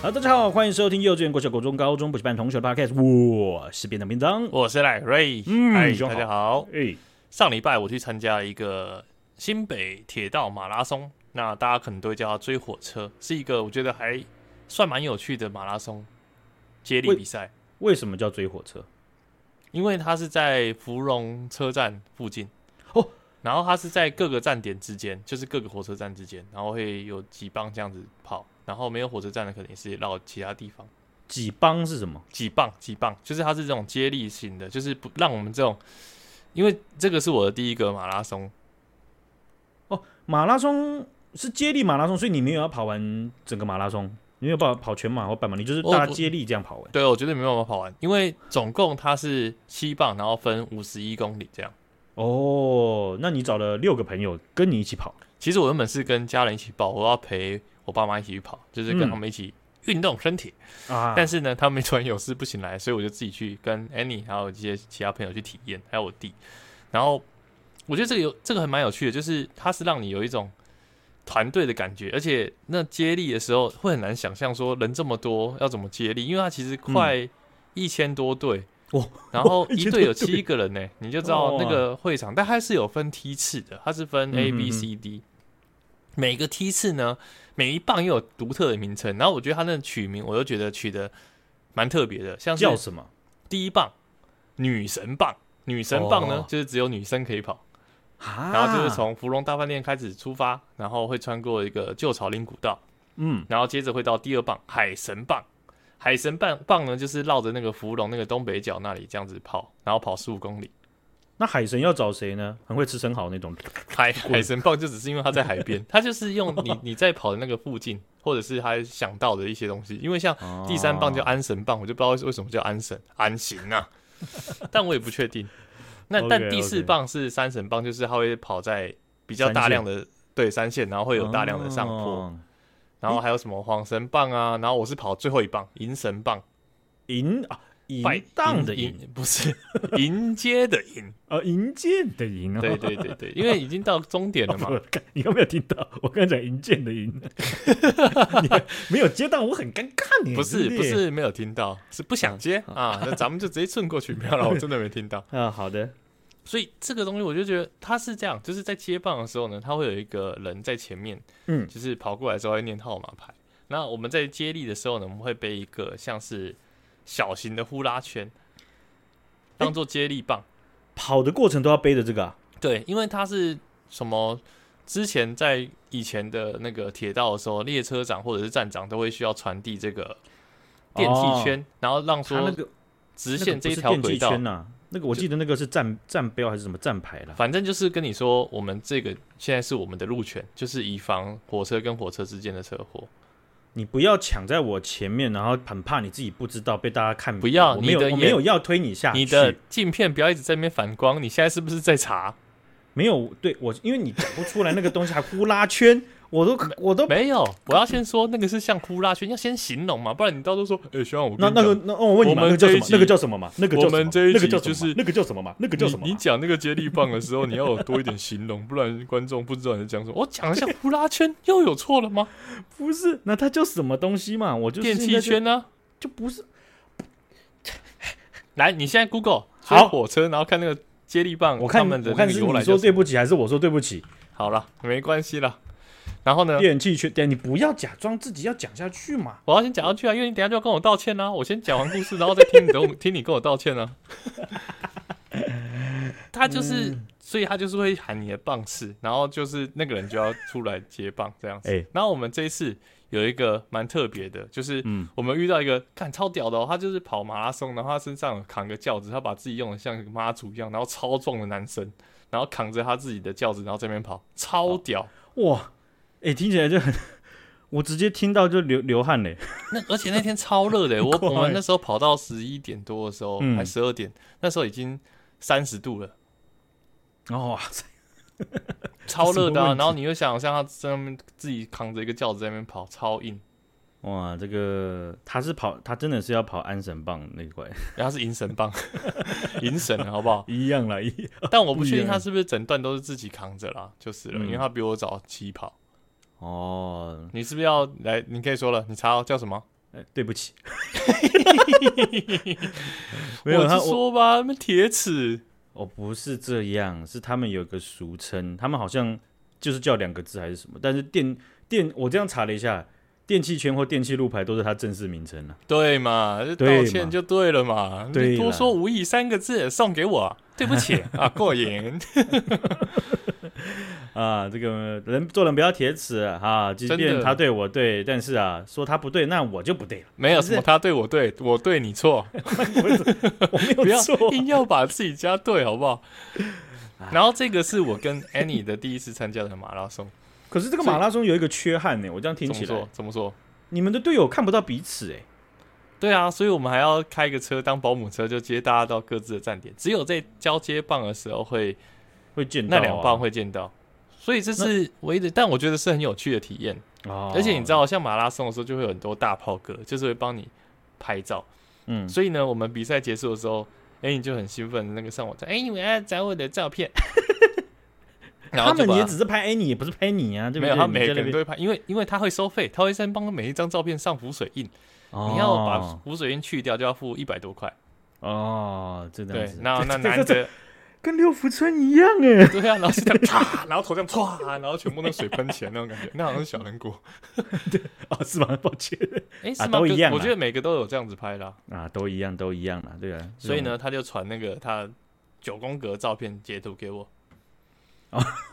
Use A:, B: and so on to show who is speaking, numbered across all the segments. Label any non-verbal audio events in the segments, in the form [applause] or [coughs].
A: 好，大家好，欢迎收听幼稚园、国小、国中、高中补习班同学的 podcast，我是便当便当。
B: 我是赖瑞，
A: 嗯
B: 嗨
A: 兄好
B: 大家好。
A: 哎，
B: 上礼拜我去参加一个新北铁道马拉松，那大家可能都会叫它追火车，是一个我觉得还算蛮有趣的马拉松接力
A: 喂
B: 比赛，
A: 为什么叫追火车？
B: 因为它是在芙蓉车站附近
A: 哦，
B: 然后它是在各个站点之间，就是各个火车站之间，然后会有几帮这样子跑，然后没有火车站的可能也是绕其他地方。
A: 几帮是什么？
B: 几棒几棒，就是它是这种接力型的，就是不让我们这种，因为这个是我的第一个马拉松，
A: 马拉松是接力马拉松，所以你没有要跑完整个马拉松，你没有办法跑全马或半马，你就是
B: 我
A: 大家
B: 不
A: 接力这样跑完。欸
B: 对我绝对没办法跑完，因为总共它是七棒，然后分五十一公里这样。
A: 哦，那你找了六个朋友跟你一起跑，
B: 其实我原本是跟家人一起跑，我要陪我爸妈一起去跑，就是跟
A: 嗯
B: 他们一起运动身体。
A: 啊
B: 但是呢，他们突然有事不行来，所以我就自己去跟 Annie 还有一些其他朋友去体验，还有我弟。然后我觉得这个有这个还蛮有趣的，就是它是让你有一种团队的感觉，而且那接力的时候会很难想象说人这么多要怎么接力，因为它其实快一千多队。
A: 嗯哦
B: 然后
A: 一
B: 一
A: 千多
B: 队有
A: 队
B: 七个人呢、你就知道那个会场，但它是有分梯次的，它是分 A、
A: 嗯
B: B、
A: 嗯嗯
B: C、D，每个梯次呢，每一棒又有独特的名称。然后我觉得它那个取名，我又觉得取的蛮特别的，像是
A: 叫什么？
B: 第一棒女神棒，女神棒呢、
A: 哦
B: 就是只有女生可以跑，
A: 啊
B: 然后就是从芙蓉大饭店开始出发，然后会穿过一个旧草林古道，
A: 嗯
B: 然后接着会到第二棒海神棒。海神棒棒呢，就是绕着那个芙蓉那个东北角那里这样子跑，然后跑十五公里。
A: 那海神要找谁呢？很会吃生蚝那种。
B: 海海神棒就只是因为它在海边， [laughs] 它就是用你你在跑的那个附近，或者是他想到的一些东西。因为像第三棒叫安神棒，我就不知道为什么叫安神安行 [laughs] 啊，但我也不确定。那
A: OK，
B: 但第四
A: OK
B: 棒是山神棒，就是它会跑在比较
A: 山
B: 大
A: 线
B: 量的对山线，然后会有大量的上坡，
A: 哦
B: 然后还有什么黄神棒啊，然后我是跑最后一棒银神棒，
A: 淫啊淫
B: 拜
A: 荡的淫
B: 银不是 [laughs] 迎接的 [laughs] 迎，
A: 呃银剑的银哦。
B: 对对对对，因为已经到终点了嘛，
A: 哦不 [laughs] 你有没有听到？我刚才讲银剑的银， [laughs] 你没有接到，我很尴尬呢。
B: 不是
A: 真的
B: 不是没有听到，是不想接啊。那咱们就直接顺
A: [laughs]
B: 过去，没有了，我真的没听到。
A: 啊，好的，
B: 所以这个东西我就觉得它是这样，就是在接棒的时候呢，它会有一个人在前面，
A: 嗯
B: 就是跑过来之后会念号码牌。那我们在接力的时候呢，我们会背一个像是小型的呼啦圈，当做接力棒。
A: 跑的过程都要背着这个啊。
B: 对，因为它是什么？之前在以前的那个铁道的时候，列车长或者是站长都会需要传递这个电
A: 哦
B: 气圈，然后让
A: 它
B: 说
A: 那个
B: 直线这一条
A: 那个不是
B: 轨
A: 电
B: 道
A: 击，圈啊呐，那个我记得那个是站站标还是什么站牌啦？
B: 反正就是跟你说，我们这个现在是我们的路权，就是以防火车跟火车之间的车祸。
A: 你不要抢在我前面，然后很怕你自己不知道被大家看扁。
B: 不要
A: 我没有，
B: 你的
A: 我没有
B: 眼
A: 要推你下去。
B: 你的镜片不要一直在那边反光，你现在是不是在查？
A: 没有对我，因为你讲不出来那个东西，还呼啦圈，我都我都
B: 没有，我要先说那个是像呼啦圈，要先形容嘛，不然你到时候说，哎、学长，我跟
A: 那那
B: 你
A: 个
B: 讲
A: 那哦我问你嘛，
B: 我
A: 那
B: 们
A: 个叫
B: 这
A: 什
B: 一
A: 么？
B: 集
A: 那个叫什么嘛？那个叫
B: 我
A: 什
B: 们
A: 么
B: 这
A: 那
B: 一
A: 个
B: 集
A: 叫什么
B: 就
A: 嘛
B: 是
A: 那个叫什么嘛？那个叫什么嘛？啊
B: 你你讲那个接力棒的时候，你要有多一点形容，不然观众不知道你在讲什
A: [laughs]
B: 么。我讲一下呼啦圈，又有错了吗？
A: 不是，那它叫什么东西嘛？我 [laughs] 就是
B: 电
A: 现在
B: 气
A: 就
B: 圈呢、啊
A: 就不是
B: 来，你现在 Google
A: 好
B: 追火车，然后看那个接力棒，
A: 我看
B: 他们的
A: 我
B: 那
A: 看
B: 个
A: 是
B: 由
A: 你
B: 来
A: 说
B: 叫什
A: 对
B: 么。
A: 不起，还是我说对不起？
B: 好了，没关系了。然后呢？
A: 电器圈，等一下你不要假装自己要讲下去嘛。
B: 我要先讲下去啊，因为你等一下就要跟我道歉啦、我先讲完故事，然后再听你跟我听你跟我道歉啊。他就是，所以他就是会喊你的棒次，然后就是那个人就要出来接棒这样子。
A: 哎
B: 然后我们这一次有一个蛮特别的，就是
A: 嗯
B: 我们遇到一个看超屌的哦，他就是跑马拉松，然后他身上有扛个轿子，他把自己用的像个妈祖一样，然后超壮的男生，然后扛着他自己的轿子，然后这边跑，超屌。
A: 哇，哎、听起来就很，我直接听到就流流汗嘞。
B: 那而且那天超热的，欸我
A: [laughs] 怪
B: 我们那时候跑到十一点多的时候，
A: 嗯
B: 还十二点，那时候已经三十度了，
A: 哦，
B: 超热
A: 什
B: 的、
A: 么
B: 啊。
A: 问题
B: 然后你又想像他在那边自己扛着一个轿子在那边跑，超硬。
A: 哇，这个他是跑，他真的是要跑安神棒那一块，
B: 然后他是银神棒， [laughs] 银神好不好？
A: 一样啦，一
B: 但我不确
A: 不一
B: 定
A: 样
B: 他是不是整段都是自己扛着啦，就是了，
A: 嗯
B: 因为他比我早起跑。
A: 哦，
B: 你是不是要来？你可以说了，你查哦叫什么？
A: 呃，对不
B: [laughs]
A: 起，没有
B: 我
A: 他
B: 是
A: 我
B: 说吧，那么铁齿
A: 哦不是这样，是他们有个俗称，他们好像就是叫两个字还是什么，但是电电我这样查了一下，电器圈或电器路牌都是它正式名称啊。
B: 对嘛，就
A: 对
B: 道
A: 嘛
B: 歉就对了嘛，
A: 对
B: 你多
A: 啦
B: 说无益三个字送给我，对不起啊，过瘾，
A: 啊，这个人做人不要铁齿啊啊，即
B: 真的
A: 便他对我对，但是啊，说他不对，那我就不对了。
B: 没有
A: 是
B: 什么他对我对，我对你
A: [laughs]
B: 错，
A: 我
B: [laughs] 不
A: 没有
B: 要
A: 错，
B: 硬要把自己加对，好不好？然后这个是我跟 Annie 的第一次参加的马拉松，
A: 可是这个马拉松有一个缺憾呢、我这样听
B: 怎
A: 起
B: 么
A: 来
B: 说，？怎么说？
A: 你们的队友看不到彼此哎、
B: 对啊，所以我们还要开个车当保姆车，就接大家到各自的站点。只有在交接棒的时候会
A: 会见到、啊
B: 那两棒会见到，所以这是唯一的，但我觉得是很有趣的体验。
A: 哦，
B: 而且你知，道，像马拉松的时候就会有很多大炮哥，就是会帮你拍照。
A: 嗯，
B: 所以呢，我们比赛结束的时候，哎、你就很兴奋的那个上网站，哎、我要找我的照片。 [laughs] 然
A: 他
B: 后就
A: 们
B: 把
A: 也只是拍 Annie，也不是拍你啊，对不
B: 没
A: 对？
B: 有，他
A: 你
B: 每
A: 在
B: 个
A: 那
B: 人都
A: 边
B: 会拍，因为因为他会收费，他会先帮每一张照片上浮水印，
A: 哦
B: 你要把浮水印去掉就要付一百多块。
A: 哦，这样
B: 对
A: 子，，
B: 那
A: 这
B: 那
A: 这
B: 男
A: 这这
B: 的，
A: 跟六福村一样哎、
B: [laughs]
A: [laughs]
B: 对啊，然后就这样啪，然后头这样啪，然后全部都水喷起来那种感
A: [laughs]
B: 觉，那好像是小人国。
A: 哦，是吗？抱歉 [laughs]
B: 哎，
A: 啊
B: 是吗
A: 都
B: 就
A: 一样啊
B: 我觉得每个都有这样子拍的啊、
A: 啊，都一样，都一样啦，对啊。这种
B: 所以呢，他就传那个他九宫格照片截图给我，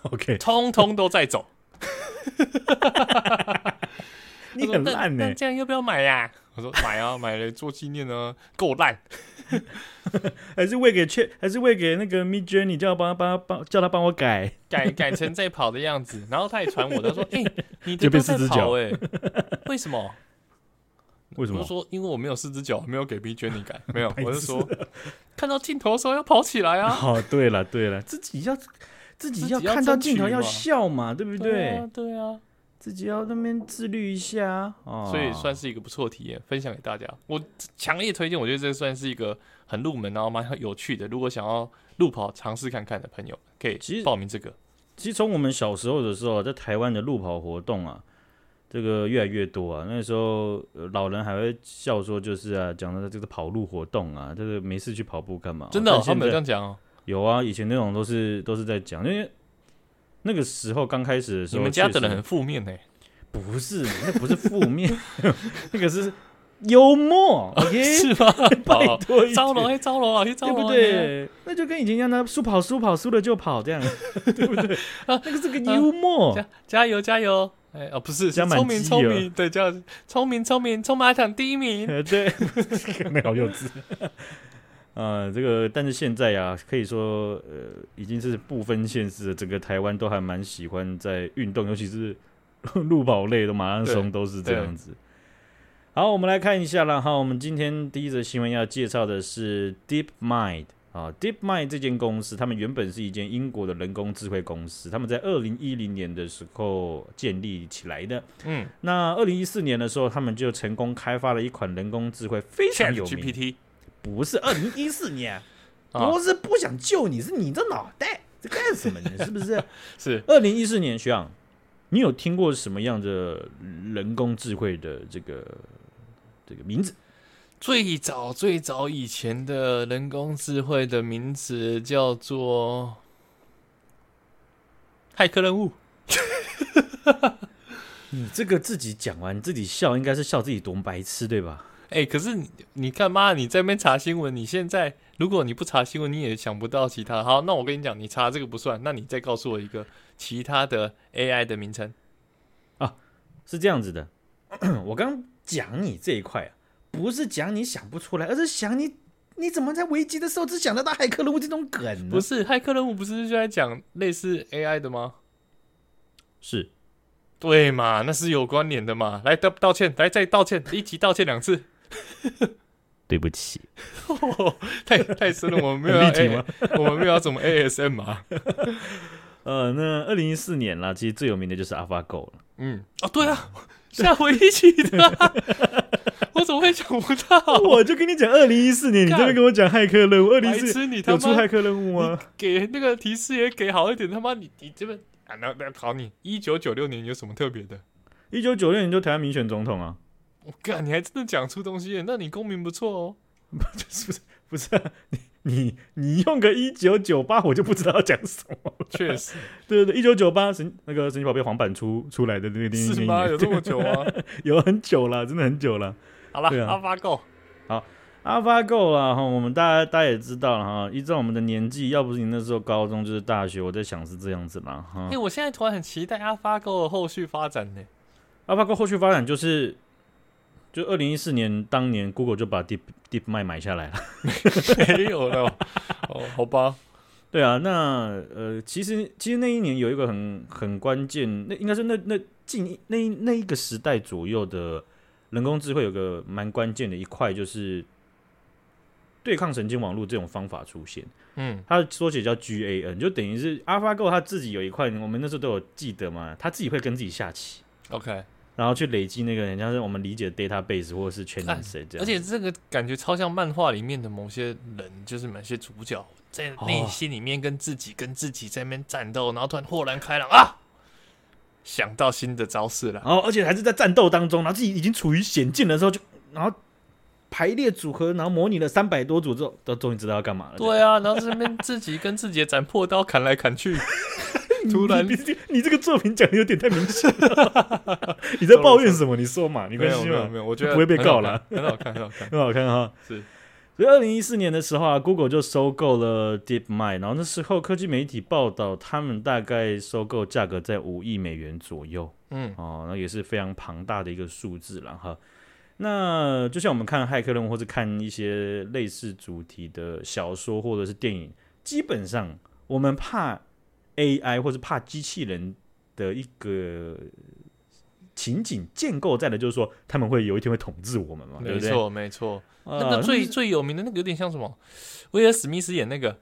A: ，OK，
B: 通通都在走。
A: [laughs] 你
B: 他说
A: 很
B: 那
A: 烂呢、
B: 那这样要不要买呀、我说买啊，买了做纪念呢，够烂。
A: 还是喂给确，还是喂给那个 Mid Journey，叫他帮他帮他帮叫他帮我改。 [laughs]
B: 改改成在跑的样子，然后他也传我，他说：“哎、你的
A: 就
B: 都
A: 变
B: 在
A: 四只
B: 跑哎、为什么？”
A: 为什
B: 我
A: 么
B: 就？说：“因为我没有四只脚，没有给 B 娟你改，没有。”
A: 白痴
B: 我是说，看到镜头的时候要跑起来啊，
A: 哦，对了对了，自己要自己要
B: 自己要
A: 看到
B: 争取
A: 镜头要
B: 嘛
A: 笑嘛，对不
B: 对
A: 对
B: 啊？，对啊，
A: 自己要那边自律一下啊。哦
B: 所以算是一个不错的体验，分享给大家。我强烈推荐，我觉得这算是一个很入门，然后蛮有趣的。如果想要路跑尝试看看的朋友，可以
A: 其实哦
B: 报名这个。
A: 其实从我们小时候的时候，在台湾的路跑活动啊，这个越来越多啊。那时候呃老人还会笑说，就是啊，讲的这个跑路活动啊，这个没事去跑步干嘛？
B: 真的哦、
A: 但
B: 他
A: 现
B: 们有这
A: 在
B: 样讲哦。
A: 有啊，以前那种都是都是在讲，因为那个时候刚开始的时
B: 你
A: 候，
B: 们家
A: 确实
B: 的人很负面呢、
A: 不是，那不是负面，那个是幽默。OK，
B: [laughs] 是吧？
A: [laughs] 拜
B: 好，
A: 托一点，
B: 招楼哎，招楼啊，去招
A: 对
B: 楼，
A: 不？对？那就跟以前一样，那输跑输跑，输了就跑，这样，对不对？啊那个是个幽默，
B: 啊加加油加油！哎、哦，不是，是
A: 加满
B: 聪明
A: 鸡
B: 聪
A: 油
B: 明，对，叫聪明聪明，冲马场第
A: [laughs]
B: 一名。
A: 呃，对，那好幼稚。 [laughs] 呃，这个，但是现在呀、可以说，呃，已经是不分县市的，整个台湾都还蛮喜欢在运动，尤其是 [laughs] 路跑类的马拉松都是这样子。好，我们来看一下啦哈。我们今天第一则新闻要介绍的是 DeepMind 啊，DeepMind 这间公司，他们原本是一间英国的人工智慧公司，他们在二零一零年的时候建立起来的。
B: 嗯
A: 那二零一四年的时候，他们就成功开发了一款人工智慧非常
B: ，Chat
A: 有名。
B: GPT
A: 不是二零一四年，
B: 啊
A: 不，是不想救你，是你这脑袋在干什么呢？是不 [laughs] 是？
B: 是
A: 二零一四年，学长，你有听过什么样的人工智慧的这个这个名字？
B: 最早最早以前的人工智慧的名字叫做骇客任务，
A: 你这个自己讲完自己笑，应该是笑自己多白痴对吧？
B: 哎、可是你你干嘛？你在那边查新闻？你现在如果你不查新闻，你也想不到其他。好，那我跟你讲，你查这个不算，那你再告诉我一个其他的 AI 的名称。
A: 是这样子的， [clears throat] 我刚讲你这一块啊，不是讲你想不出来，而是想你你怎么在危机的时候只想得到骇客任务这种梗呢？
B: 不是骇客任务，不是就在讲类似 AI 的吗？
A: 是
B: 对嘛，那是有关联的嘛。来道道歉，来再道歉，一集道歉两次， [laughs]
A: 对不起，
B: 太太深了，我们没有要
A: 很立体吗
B: A- 我们没有要怎么 ASM 啊？
A: 呃，那二零一四年啦，其实最有名的就是 AlphaGo 了。
B: 嗯，哦，对啊， [laughs] 下回一起的啊、 [laughs] 我怎么会想不到？
A: 哦我就跟你讲，二零一四年你这
B: 干
A: 边跟我讲骇客任务，二零
B: 白
A: 一四
B: 痴，你他
A: 有出骇
B: 妈
A: 客任务吗？
B: 给那个提示也给好一点，他妈你你这边啊，那那考你，一九九六年有什么特别的？
A: 一九九六年就台湾民选总统啊，
B: 我干，你还真的讲出东西耶，那你功名不错
A: [laughs]
B: 哦。
A: 不 [laughs] 是、啊、你你你用个一九九八，我就不知道要讲什么。
B: 确实
A: 对对对，一九九八神那个神奇宝贝黄版出出来的那个电影
B: 是吗？有这么久
A: [laughs]
B: 吗？
A: 有很久了，真的很久了。
B: 好了
A: 对，啊
B: 阿发够，
A: AlphaGo 啦，哈，我们大家大家也知道了哈，依照我们的年纪，要不是你那时候高中就是大学，我在想是这样子啦哈
B: 哎、。我现在突然很期待阿发够的后续发展
A: [laughs]
B: 呢。
A: AlphaGo 后续发展就是，就二零一四年当年 Google 就把 Deep Deep Mind 买下来了。 [laughs]
B: 没有了，哦，好吧，
A: 对啊，那呃，其实其实那一年有一个很很关键，那应该是那那近一那一那一个时代左右的人工智慧有个蛮关键的一块，就是对抗神经网络这种方法出现。
B: 嗯，
A: 它的缩写叫 GAN，就等于是 AlphaGo 它自己有一块，我们那时候都有记得嘛，它自己会跟自己下棋，
B: OK，
A: 然后去累积那个人家是我们理解的 database 或者是全能谁这样。
B: 哎而且这个感觉超像漫画里面的某些人，就是某些主角在内心里面跟自己、跟自己在那边战斗，然后突然豁然开朗啊，想到新的招式了，
A: 然后而且还是在战斗当中，然后自己已经处于险境的时候就，然后排列组合，然后模拟了三百多组之后，都终于知道要干嘛了。
B: 对啊，然后这边自己跟自己的斩破刀砍来
A: [laughs]
B: 砍去，突然
A: 你你你这个作品讲的有点太明显了，
B: [laughs]
A: 你在抱怨什么？你说嘛，没
B: 没
A: 关
B: 有
A: 系
B: 没有
A: 嘛
B: 没，有，我觉得
A: 不会被告啦
B: 了，很好看，很好
A: [laughs]
B: 看，
A: 很好看哈。
B: 是，
A: 所以二零一四年的时候啊，Google 就收购了 DeepMind，然后那时候科技媒体报道，他们大概收购价格在五亿美元左右
B: 嗯，
A: 哦，那也是非常庞大的一个数字了哈。那就像我们看骇客任务或是看一些类似主题的小说或者是电影，基本上我们怕 AI 或是怕机器人的一个情景建构在的，就是说他们会有一天会统治我们嘛， [laughs] 对
B: 没
A: 不对？
B: 错没错，
A: 啊
B: 那个最最有名的那个有点像什么，威尔史密斯演那个，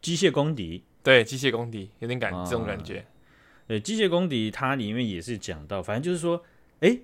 A: 机械公敌，
B: 对，机械公敌，有点感
A: 啊
B: 这种感觉，
A: 对，《机械公敌》它里面也是讲到，反正就是说，哎，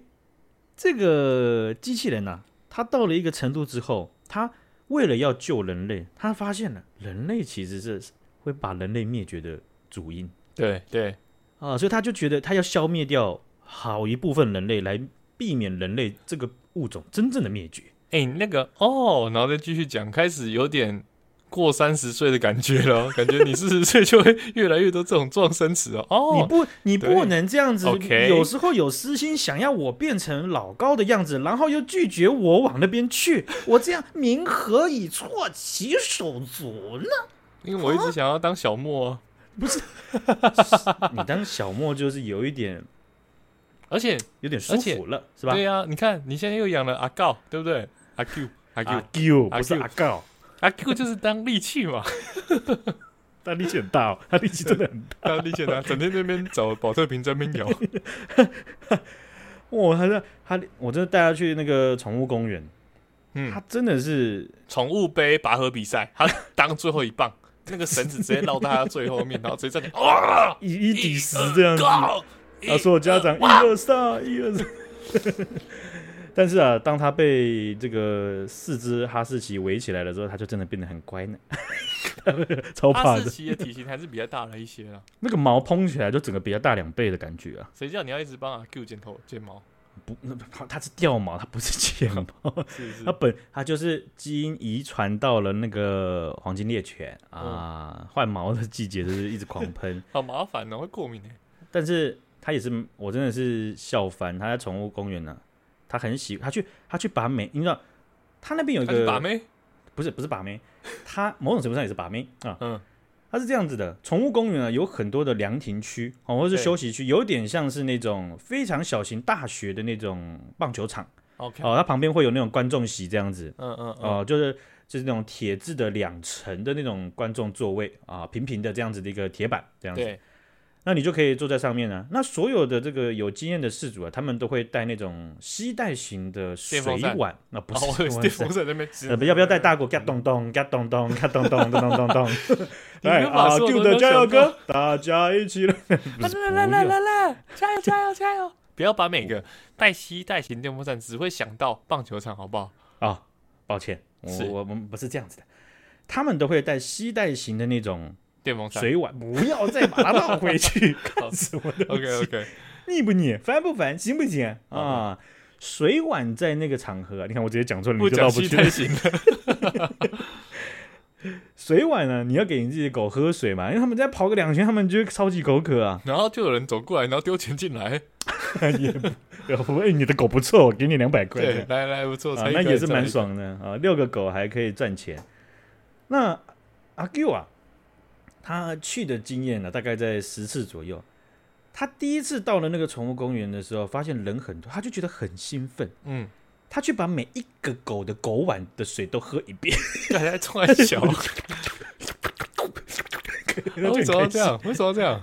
A: 这个机器人呐、它到了一个程度之后，它为了要救人类，它发现了人类其实是会把人类灭绝的主因
B: 对对，
A: 啊，所以他就觉得他要消灭掉好一部分人类，来避免人类这个物种真正的灭绝。
B: 哎、那个哦，然后再继续讲，开始有点过三十岁的感觉了哦，感觉你四十岁就会 [laughs] 越来越多这种撞生词哦。
A: 你
B: 哦，
A: 不，你
B: 对
A: 不能这样子。
B: OK
A: 有时候有私心，想要我变成老高的样子，然后又拒绝我往那边去，我这样民何以挫其手足呢？
B: 因为我一直想要当小莫、啊，
A: [laughs] 你当小莫就是有一点，
B: 而且
A: 有点舒服了，是吧
B: 对？呀、你看你现在又养了阿告，对不对？阿 Q 阿 Q
A: 阿 Q
B: 阿
A: 不是
B: Q
A: 啊阿告，
B: 阿 Q 就是当利器嘛，
A: 他力气很大哦，他力气真的很大。
B: [laughs] 当利器的啊，整天在那边找保特瓶在那边咬，
A: [laughs] 哇，他是他，我真的带他去那个宠物公园，
B: 嗯
A: 他，真的是
B: [laughs] 宠物杯拔河比赛，他当最后一棒，那个绳子直接绕到他最后面，然后直接在那里 [laughs] 啊，
A: 以一敌十这
B: 嗯
A: 样子。
B: 告
A: 啊，所有家
B: 呃
A: 长一二三，一二三。 [laughs] 但是啊，当他被这个四只哈士奇围起来了之后，他就真的变得很乖呢， [laughs] 超怕
B: 哈
A: 的
B: 士。奇的体型还是比较大了一些啦，
A: 那个毛蓬起来就整个比他大两倍的感觉啊！
B: 谁叫你要一直帮阿 Q 剪头剪毛？
A: 不，那它它是掉毛，它不是剪毛，
B: 是 [laughs] 是
A: 它本它就是基因遗传到了那个黄金猎犬
B: 嗯
A: 啊，换毛的季节就是一直狂喷，
B: 好麻烦哦，会过敏哎。
A: 但是他也是，我真的是笑翻。他在宠物公园呢、他很喜，他去他去把妹，你知道，他那边有一
B: 他是
A: 个
B: 把妹，
A: 不是不是把妹，他某种程度上也是把妹啊。
B: 嗯，
A: 他是这样子的，宠物公园呢有很多的凉亭区哦，或者是
B: 对
A: 休息区，有点像是那种非常小型大学的那种棒球场
B: OK，
A: 哦，它旁边会有那种观众席这样子。
B: 嗯嗯嗯，
A: 哦、就是就是那种铁质的两层的那种观众座位啊、平平的这样子的一个铁板这样子。
B: 对，
A: 那你就可以坐在上面啊。那所有的这个有经验的事主啊，他们都会带那种吸带型的水
B: 电风扇
A: 碗，那、不
B: 然
A: 是
B: 后
A: 电
B: 我
A: 风
B: 电
A: 扇
B: 风。扇在那边指，
A: 呃，不要不要带大鼓，嘎咚咚，嘎咚咚，嘎咚咚，咚咚咚咚。
B: [laughs] 你没
A: 来
B: 有把
A: 阿
B: 所有
A: Q
B: 的
A: 的
B: 都
A: 加油
B: 想到
A: 歌，大家一起来。不是
B: 来来
A: 不
B: 来来来，加油加油加油！不要把每个带膝带型电风扇只会想到棒球场，好不好？
A: 啊、抱歉，我
B: 是
A: 我我们不是这样子的，他们都会带吸带型的那种
B: 电风扇
A: 水碗，不要再把它绕
B: [laughs]
A: 回去，干什么东西 [laughs]
B: ，OK OK，
A: 腻不腻？烦不烦？行不行啊？水碗在那个场合啊，你看我直接讲出来，你
B: 不
A: 就到
B: 讲
A: 不
B: 戏
A: 去
B: 太
A: 了。
B: 行了。
A: 水碗呢、你要给你自己的狗喝水嘛，因为他们再跑个两圈，他们就会超级口渴啊。
B: 然后就有人走过来，然后丢钱进来，
A: [laughs] 也不，也不哎、你的狗不错，我给你两百块。
B: 对，来来不错，
A: 啊
B: 才，
A: 那也是蛮。爽的啊，遛个狗还可以赚钱。那阿 Q 啊，他去的经验呢、大概在十次左右。他第一次到了那个宠物公园的时候，发现人很多，他就觉得很兴奋，
B: 嗯，
A: 他去把每一个狗的狗碗的水都喝一 [laughs] 遍，
B: 大家冲来小，
A: [laughs] 然后
B: 为
A: 就
B: 什么
A: 很开
B: 要这
A: 心
B: 样？为什么要这样？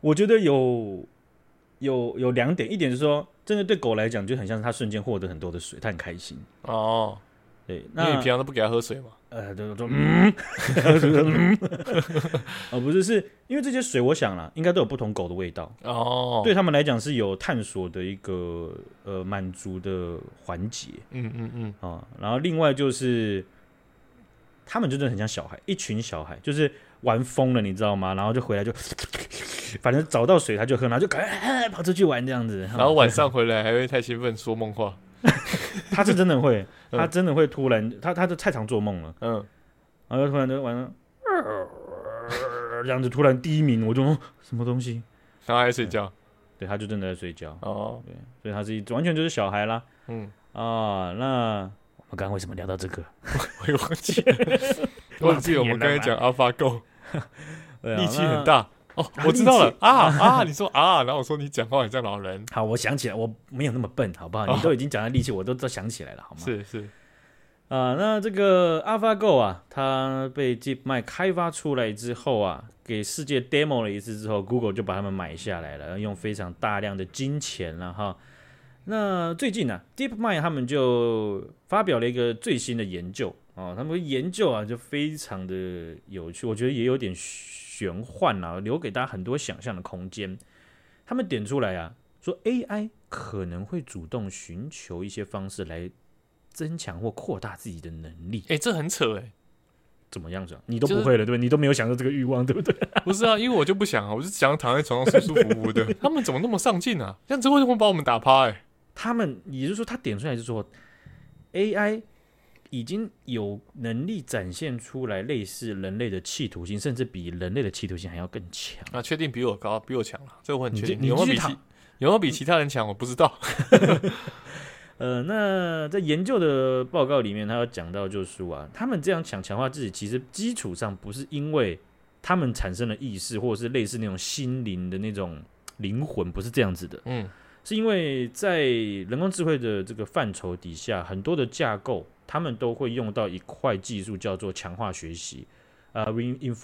A: 我觉得有有有两点，一点是说，真的对狗来讲就很像是它瞬间获得很多的水，它很开心。
B: 哦，
A: 对，
B: 因
A: 那
B: 为你平常都不给他喝水嘛。
A: 呃，对，我说嗯，
B: [laughs]
A: 嗯，哦，不是，是因为这些水，我想啦，应该都有不同狗的味道，
B: 哦，
A: 对他们来讲是有探索的一个呃满足的环节
B: 嗯嗯嗯，
A: 啊。然后另外就是，他们就真的很像小孩，一群小孩，就是玩疯了，你知道吗？然后就回来就，反正找到水他就喝，然后就赶快呃跑出去玩这样子。 [laughs]
B: [laughs] 然后晚上回来还会太兴奋说梦话。
A: 他是真的会，
B: 嗯
A: [laughs] 他真的会突然，他他就太常做梦了。
B: 嗯，
A: 然后突然就晚上，这样子突然低鸣，我就哦什么东西？
B: 然后还睡觉。
A: 对，他就正在睡觉，
B: 哦，
A: 所以他是一完全就是小孩啦
B: 嗯，
A: 啊。那我们刚刚为什么聊到这个？
B: 我也忘记了，忘记我们刚才讲 AlphaGo
A: 对啊
B: 力气很。
A: 那
B: 大。哦，我知道了啊啊！你说啊，然后我说你讲话很像老 [laughs] 人，
A: 好，我想起来，我没有那么笨，好不好？
B: 哦
A: 你都已经讲到力气，我都都想起来了，好吗？
B: 是是，
A: 啊，那这个 AlphaGo 啊，它被 DeepMind 开发出来之后啊，给世界 demo 了一次之后，Google 就把它们买下来了，用非常大量的金钱了、哈。那最近呢、DeepMind 他们就发表了一个最新的研究哦，他们研究啊就非常的有趣，我觉得也有点玄幻啊，留给大家很多想象的空间。他们点出来啊，说 AI 可能会主动寻求一些方式来增强或扩大自己的能力，
B: 哎，这很扯哎，
A: 怎么样子啊？你都
B: 就是
A: 不会了，对不对？你都没有想到这个欲望，对不对？
B: 不是啊，因为我就不想啊，我就想躺在床上舒舒服服 [laughs] 的。他们怎么那么上进啊？这样子为什么把我们打趴？哎，
A: 他们也就是说，他点出来是说，AI 已经有能力展现出来类似人类的企图心，甚至比人类的企图心还要更强。
B: 啊，确定比我高，比我强了，这我很
A: 你
B: 确
A: 就
B: 定。
A: 你
B: 有没有
A: 去
B: 比
A: 躺
B: 其有没有比其他人强？我不知道。
A: 呃，那在研究的报告里面，他有讲到，就是说啊，他们这样想强化自己，其实基础上不是因为他们产生了意识，或者是类似那种心灵的那种灵魂，不是这样子的。
B: 嗯，
A: 是因为在人工智慧的这个范畴底下，很多的架构他们都会用到一块技术，叫做强化学习，呃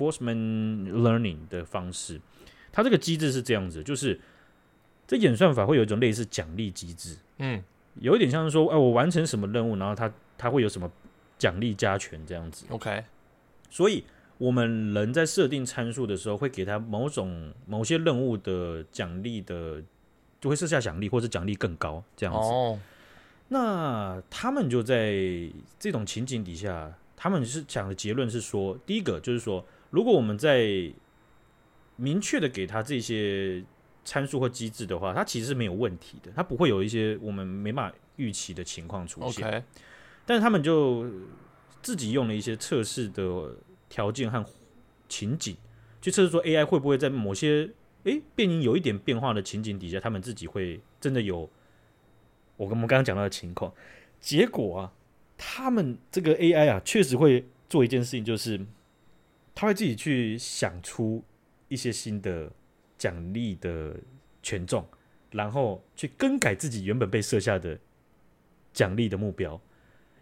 A: ，reinforcement learning 的方式。它这个机制是这样子，就是这演算法会有一种类似奖励机制，
B: 嗯，
A: 有一点像是说，哎、我完成什么任务，然后它它会有什么奖励加权这样子。
B: OK，
A: 所以我们人在设定参数的时候，会给它某种某些任务的奖励的，就会设下奖励或者奖励更高这样子。
B: 哦，
A: 那他们就在这种情景底下，他们是讲的结论是说，第一个就是说，如果我们在明确的给他这些参数或机制的话，它其实是没有问题的，它不会有一些我们没办法预期的情况出现。
B: OK，
A: 但是他们就呃自己用了一些测试的条件和情景，去测试说 AI 会不会在某些诶变音有一点变化的情景底下，他们自己会真的有我跟我们刚刚讲到的情况。结果啊，他们这个 AI 啊，确实会做一件事情，就是他会自己去想出一些新的奖励的权重，然后去更改自己原本被设下的奖励的目标。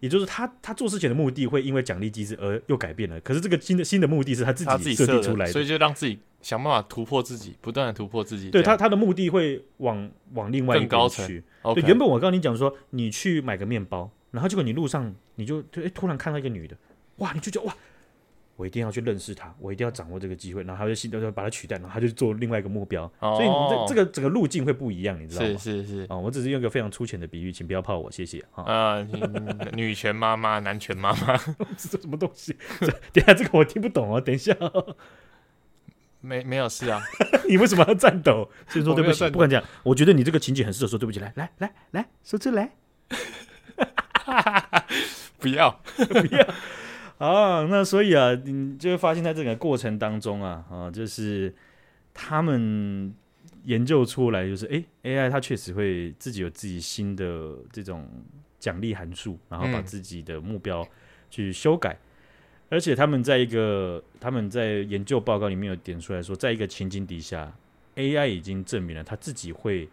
A: 也就是他他做事前的目的会因为奖励机制而又改变了，可是这个新的新的目的是他自
B: 他自己
A: 设
B: 设
A: 定出来的，
B: 所以就让自己想办法突破自己，不断的突破自己。
A: 对
B: 这
A: 他
B: 样
A: 他的目的会往往另外一
B: 更
A: 边
B: 高层
A: 去。
B: ，OK，
A: 对，原本我告诉你讲说，你去买个面包，然后结果你路上你就对，诶突然看到一个女的，哇，你就觉得哇，我一定要去认识她，我一定要掌握这个机会，然后他就心就把它取代，然后他就做另外一个目标，
B: 哦
A: 所以你这这个整个路径会不一样，你知道
B: 是
A: 吗？
B: 是是，
A: 啊、我只是用一个非常粗浅的比喻，请不要泡我，谢谢啊。
B: 啊，你你女权妈妈、男权妈妈，
A: [laughs] 这是什么东西？这等一下这个我听不懂哦，等一下哦、
B: [laughs]
A: [laughs]
B: 没没有事啊，
A: 你为什么要颤抖？所以说
B: 我
A: 对
B: 没有
A: 不起
B: 颤，抖
A: 不管讲，我觉得你这个情景很适合说对不起，来来来来说出来，
B: [laughs] 不要，
A: 啊，那所以啊，你就会发现在整个过程当中啊，啊，就是他们研究出来，就是诶 a i 它确实会自己有自己新的这种奖励函数，然后把
B: 嗯
A: 自己的目标去修改。而且他们在一个他们在研究报告里面有点出来说，在一个情境底下，AI 已经证明了它自己会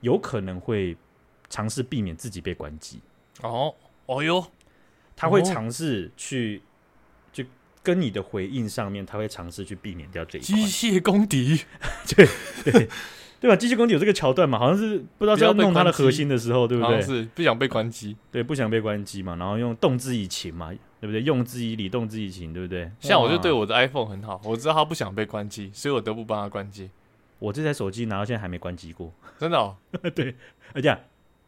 A: 有可能会尝试避免自己被关机。
B: 哦，哦哟，
A: 他会
B: 哦
A: 尝试去、去跟你的回应上面，他会尝试去避免掉这一
B: 机
A: 块，
B: 械公敌，
A: 对吧？机械公敌有这个桥段嘛，好像是不知道是要
B: 不要被
A: 弄它的
B: 关机
A: 核心的时候，对不
B: 好像
A: 对？
B: 是不想被关机。
A: 对，不想被关机嘛，然后用动之以情嘛，对不对？用之以理，动之以情，对不对？
B: 像我就
A: 哇
B: 对我的 iPhone 很好，我知道他不想被关机，所以我都不帮他关机。
A: 我这台手机拿到现在还没关机过，
B: 真的、哦、
A: 而且、啊、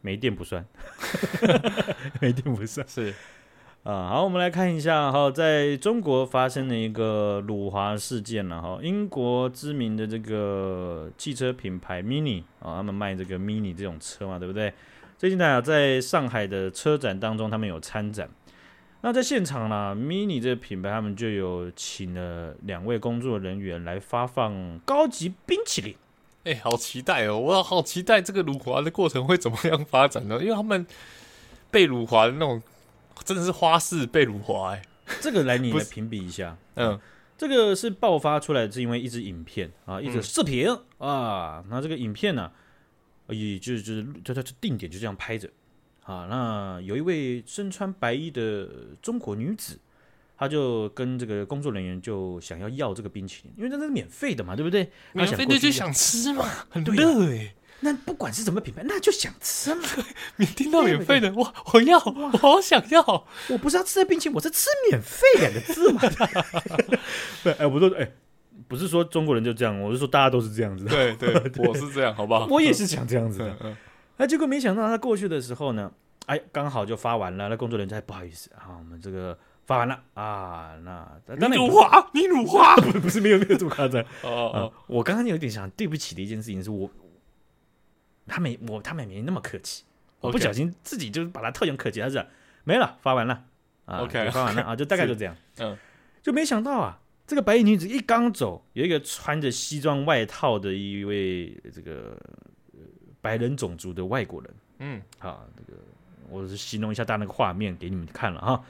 A: 没电不
B: [laughs]
A: 算，没电不算。
B: 是
A: 啊，好，我们来看一下哈，在中国发生的一个辱华事件了哈。英国知名的这个汽车品牌 Mini 啊，他们卖这个 Mini 这种车嘛，对不对？最近呢，在上海的车展当中，他们有参展。那在现场呢，Mini 这个品牌他们就有请了两位工作人员来发放高级冰淇淋。
B: 哎、好期待哦！我好期待这个辱华的过程会怎么样发展呢？因为他们被辱华的那种，真的是花式被辱华哎、
A: 这个来你
B: 不
A: 来
B: 是
A: 评比一下。
B: 嗯，
A: 这个是爆发出来，是因为一支影片啊，一支
B: 嗯
A: 视频、啊。那这个影片呢、呃也就就是就它就定点就这样拍着啊。那有一位身穿白衣的中国女子，她就跟这个工作人员就想要要这个冰淇淋，因为这是免费的嘛，对不对？她
B: 免费
A: 过去
B: 的就
A: 要，
B: 想啊吃嘛，很
A: 对
B: 热哎、
A: 那不管是什么品牌，那就想吃
B: [laughs]
A: 嘛。
B: 你听到免费的，我我要，我好想要。
A: 我不是要吃的冰淇淋，我是吃免费两个字
B: [laughs]
A: 嘛。 [laughs] 对，哎，我说，哎，不是说中国人就这样，我是说大家都是这样子的。
B: 对 [laughs] 对，我是这样，好不好？
A: 我也是想这样子的
B: 嗯。嗯，
A: 那哎结果没想到他过去的时候呢，哎，刚好就发完了。那工作人员就哎不好意思啊，我们这个发完了啊，那当然
B: 你
A: 也
B: 辱
A: 不
B: 华，你辱华。
A: 不是不是没有没有这么夸张
B: 哦 [laughs] 哦
A: 啊。我刚刚有点想对不起的一件事情是我，他没我他们也没那么客气，我不
B: OK
A: 小心自己就是把他特用客气，他是没了发完了啊
B: OK
A: 就发完了啊，就大概就这样。
B: 嗯，
A: 就没想到啊，这个白衣女子一刚走，有一个穿着西装外套的一位这个呃白人种族的外国人。
B: 嗯，
A: 啊，这个我是形容一下大家那个画面给你们看了哈。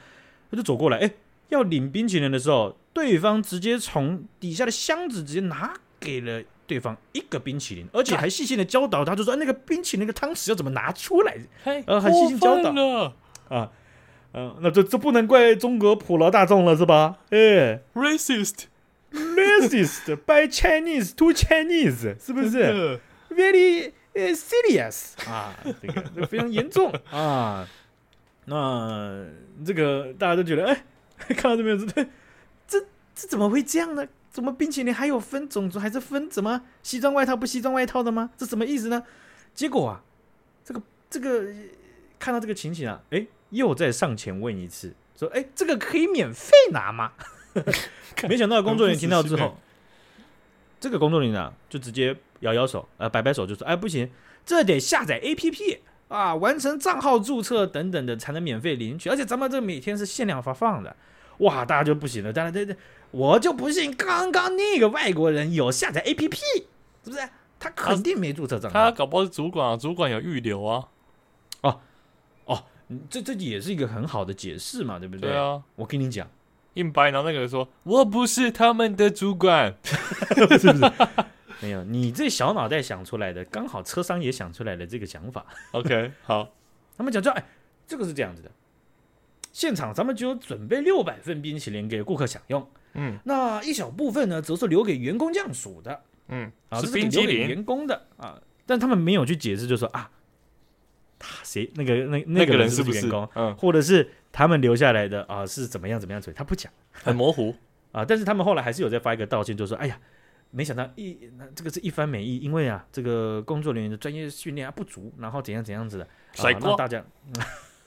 A: 他就走过来，哎，要领冰淇淋的时候，对方直接从底下的箱子直接拿给了对方一个冰淇淋，而
B: 啊
A: 且还细心的教导他，就说、哎、那个冰淇淋那个汤匙要怎么拿出来
B: 嘿，
A: 呃很细心
B: 过分
A: 教导
B: 了
A: 啊。嗯、那这这不能怪中国普罗大众了是吧？哎 [laughs]
B: ，racist，
A: ，racist by Chinese to Chinese 是不
B: 真
A: 是
B: 的
A: very 呃 serious 啊？这个这个 [laughs] 非常严重啊。那这个大家都觉得，哎， [laughs] 看到这边是，这这这怎么会这样呢？怎么冰淇淋还有分种族，还是分怎么西装外套不西装外套的吗？这什么意思呢？结果啊，这个这个呃看到这个情形啊，哎，又再上前问一次，说，哎，这个可以免费拿吗？ [laughs] 没想到工作人员听到之
B: 很
A: 后，这个工作人员啊，就直接摇摇手，呃，摆摆手，就说，哎，不行，这得下载 APP 啊，完成账号注册等等的才能免费领取，而且咱们这每天是限量发放的。哇，大家就不行了，大家这这，我就不信刚刚那个外国人有下载 APP，是不是？他肯定没注册账
B: 他
A: 号。
B: 搞不好是主管啊，主管有预留啊。
A: 嗯这这也是一个很好的解释嘛，对不
B: 对啊，
A: 我跟你讲，
B: 硬掰，然后那个人说：“我不是他们的主 [laughs] 管。
A: 是不是？没有，你这小脑袋想出来的，刚好车商也想出来了这个想法。”
B: OK，好，
A: 他们讲说，哎，这个是这样子的，现场咱们只有准备六百份冰淇淋给顾客享用，
B: 嗯
A: 那一小部分呢，则是留给员工降暑的
B: 嗯，
A: 啊，这
B: 是
A: 给
B: 冰
A: 留
B: 激
A: 给
B: 凌，
A: 员工的啊，但他们没有去解释，就说啊，他谁那个那
B: 那
A: 个
B: 人
A: 是
B: 不
A: 是
B: 是
A: 员工，？
B: 嗯，
A: 或者是他们留下来的啊是怎么样怎么样，所以他不讲
B: 很模糊。
A: 啊，但是他们后来还是有在发一个道歉，就说哎呀。没想到一那这个是一番美意，因为啊，这个工作人员的专业训练啊不足，然后怎样怎样子的，
B: [laughs] 甩
A: 啊让
B: 锅
A: 大家， [laughs]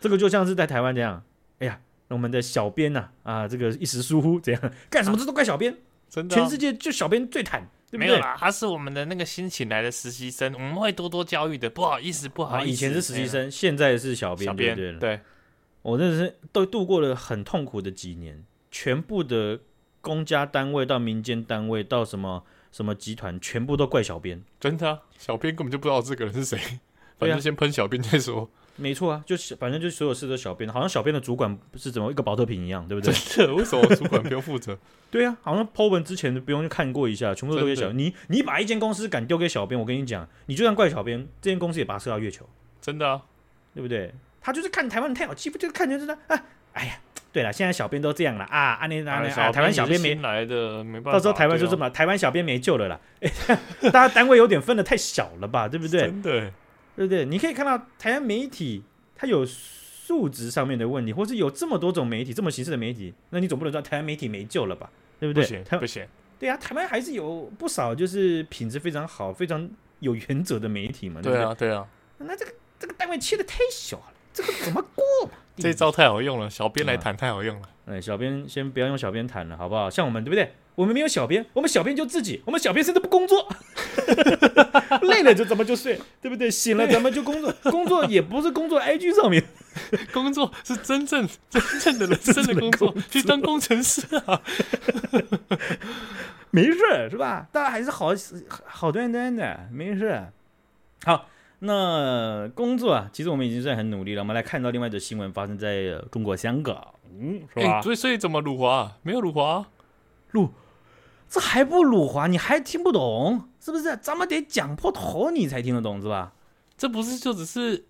A: 这个就像是在台湾这样，哎呀，我们的小编呐啊这个一时疏忽，怎样干什么这都怪小编，
B: 真的啊
A: 全世界就小编最惨对不
B: 没有
A: 对？
B: 啦，他是我们的那个新请来的实习生，我们会多多教育的。不好意思，不好
A: 啊，
B: 意思，
A: 以前是实习
B: 哎，
A: 生，现在是小编，
B: 小
A: 对
B: 编
A: 不对了？
B: 对，
A: 我真的是都度过了很痛苦的几年，全部的公家单位到民间单位到什么什么集团，全部都怪小编。
B: 真的啊、小编根本就不知道这个人
A: [laughs]
B: 是谁，反
A: 对啊
B: 正先喷小编再说。
A: 没错啊，就是反正就所有事都小编，好像小编的主管是怎么一个保特瓶一样， [laughs] 对不对？
B: 真的，为什么主管不用负
A: [laughs]
B: 责？
A: 对啊，好像 Po 文之前不用去看过一下，全部都给
B: 真
A: 小
B: 的
A: 你你把一间公司敢丢给小编，我跟你讲，你就算怪小编，这间公司也跋涉到月球，
B: 真的啊，
A: 对不对？他就是看台湾人太好欺负，就是看人真的啊，哎呀，对了，现在小编都这样了啊，啊那那那啊，台湾小编
B: 也是
A: 没
B: 新来的，没办法，
A: 到时候台湾就这
B: 对啊
A: 么，台湾小编没救了啦。 [laughs] 哎，大家单位有点分的太小了吧，对不对？啊
B: 真的欸，
A: 对不对？你可以看到台湾媒体它有素质上面的问题，或是有这么多种媒体，这么形式的媒体，那你总不能说台湾媒体没救了吧？对不
B: 不
A: 对？
B: 行
A: 台
B: 不行，
A: 对啊，台湾还是有不少就是品质非常好、非常有原则的媒体嘛，对不
B: 对
A: 对？
B: 啊对啊，
A: 那这个这个单位切的太小了，这个怎么过嘛？
B: 这招太好用了，小编
A: 嗯
B: 来
A: 啊
B: 谈太好用了。
A: 哎，小编先不要用小编谈了，好不好？像我们对不对？我们没有小编，我们小编就自己，我们小编甚至不工作， [laughs] 累了就咱们就睡，对不对？醒了咱们就工作，工作也不是工作 IG 上面，
B: 工作是真正 [laughs] 真正的人生的工作，去当工程师啊！
A: 没事儿是吧？大家还是好好端端的，没事儿。好，那工作啊，其实我们已经算很努力了。我们来看到另外一则新闻，发生在呃中国香港，嗯， [laughs] 是吧？哎
B: 哎，所以所以怎么辱华啊？没有辱华啊，
A: 这还不辱华，你还听不懂是不是？咱们得讲破头你才听得懂是吧？
B: 这不是就只是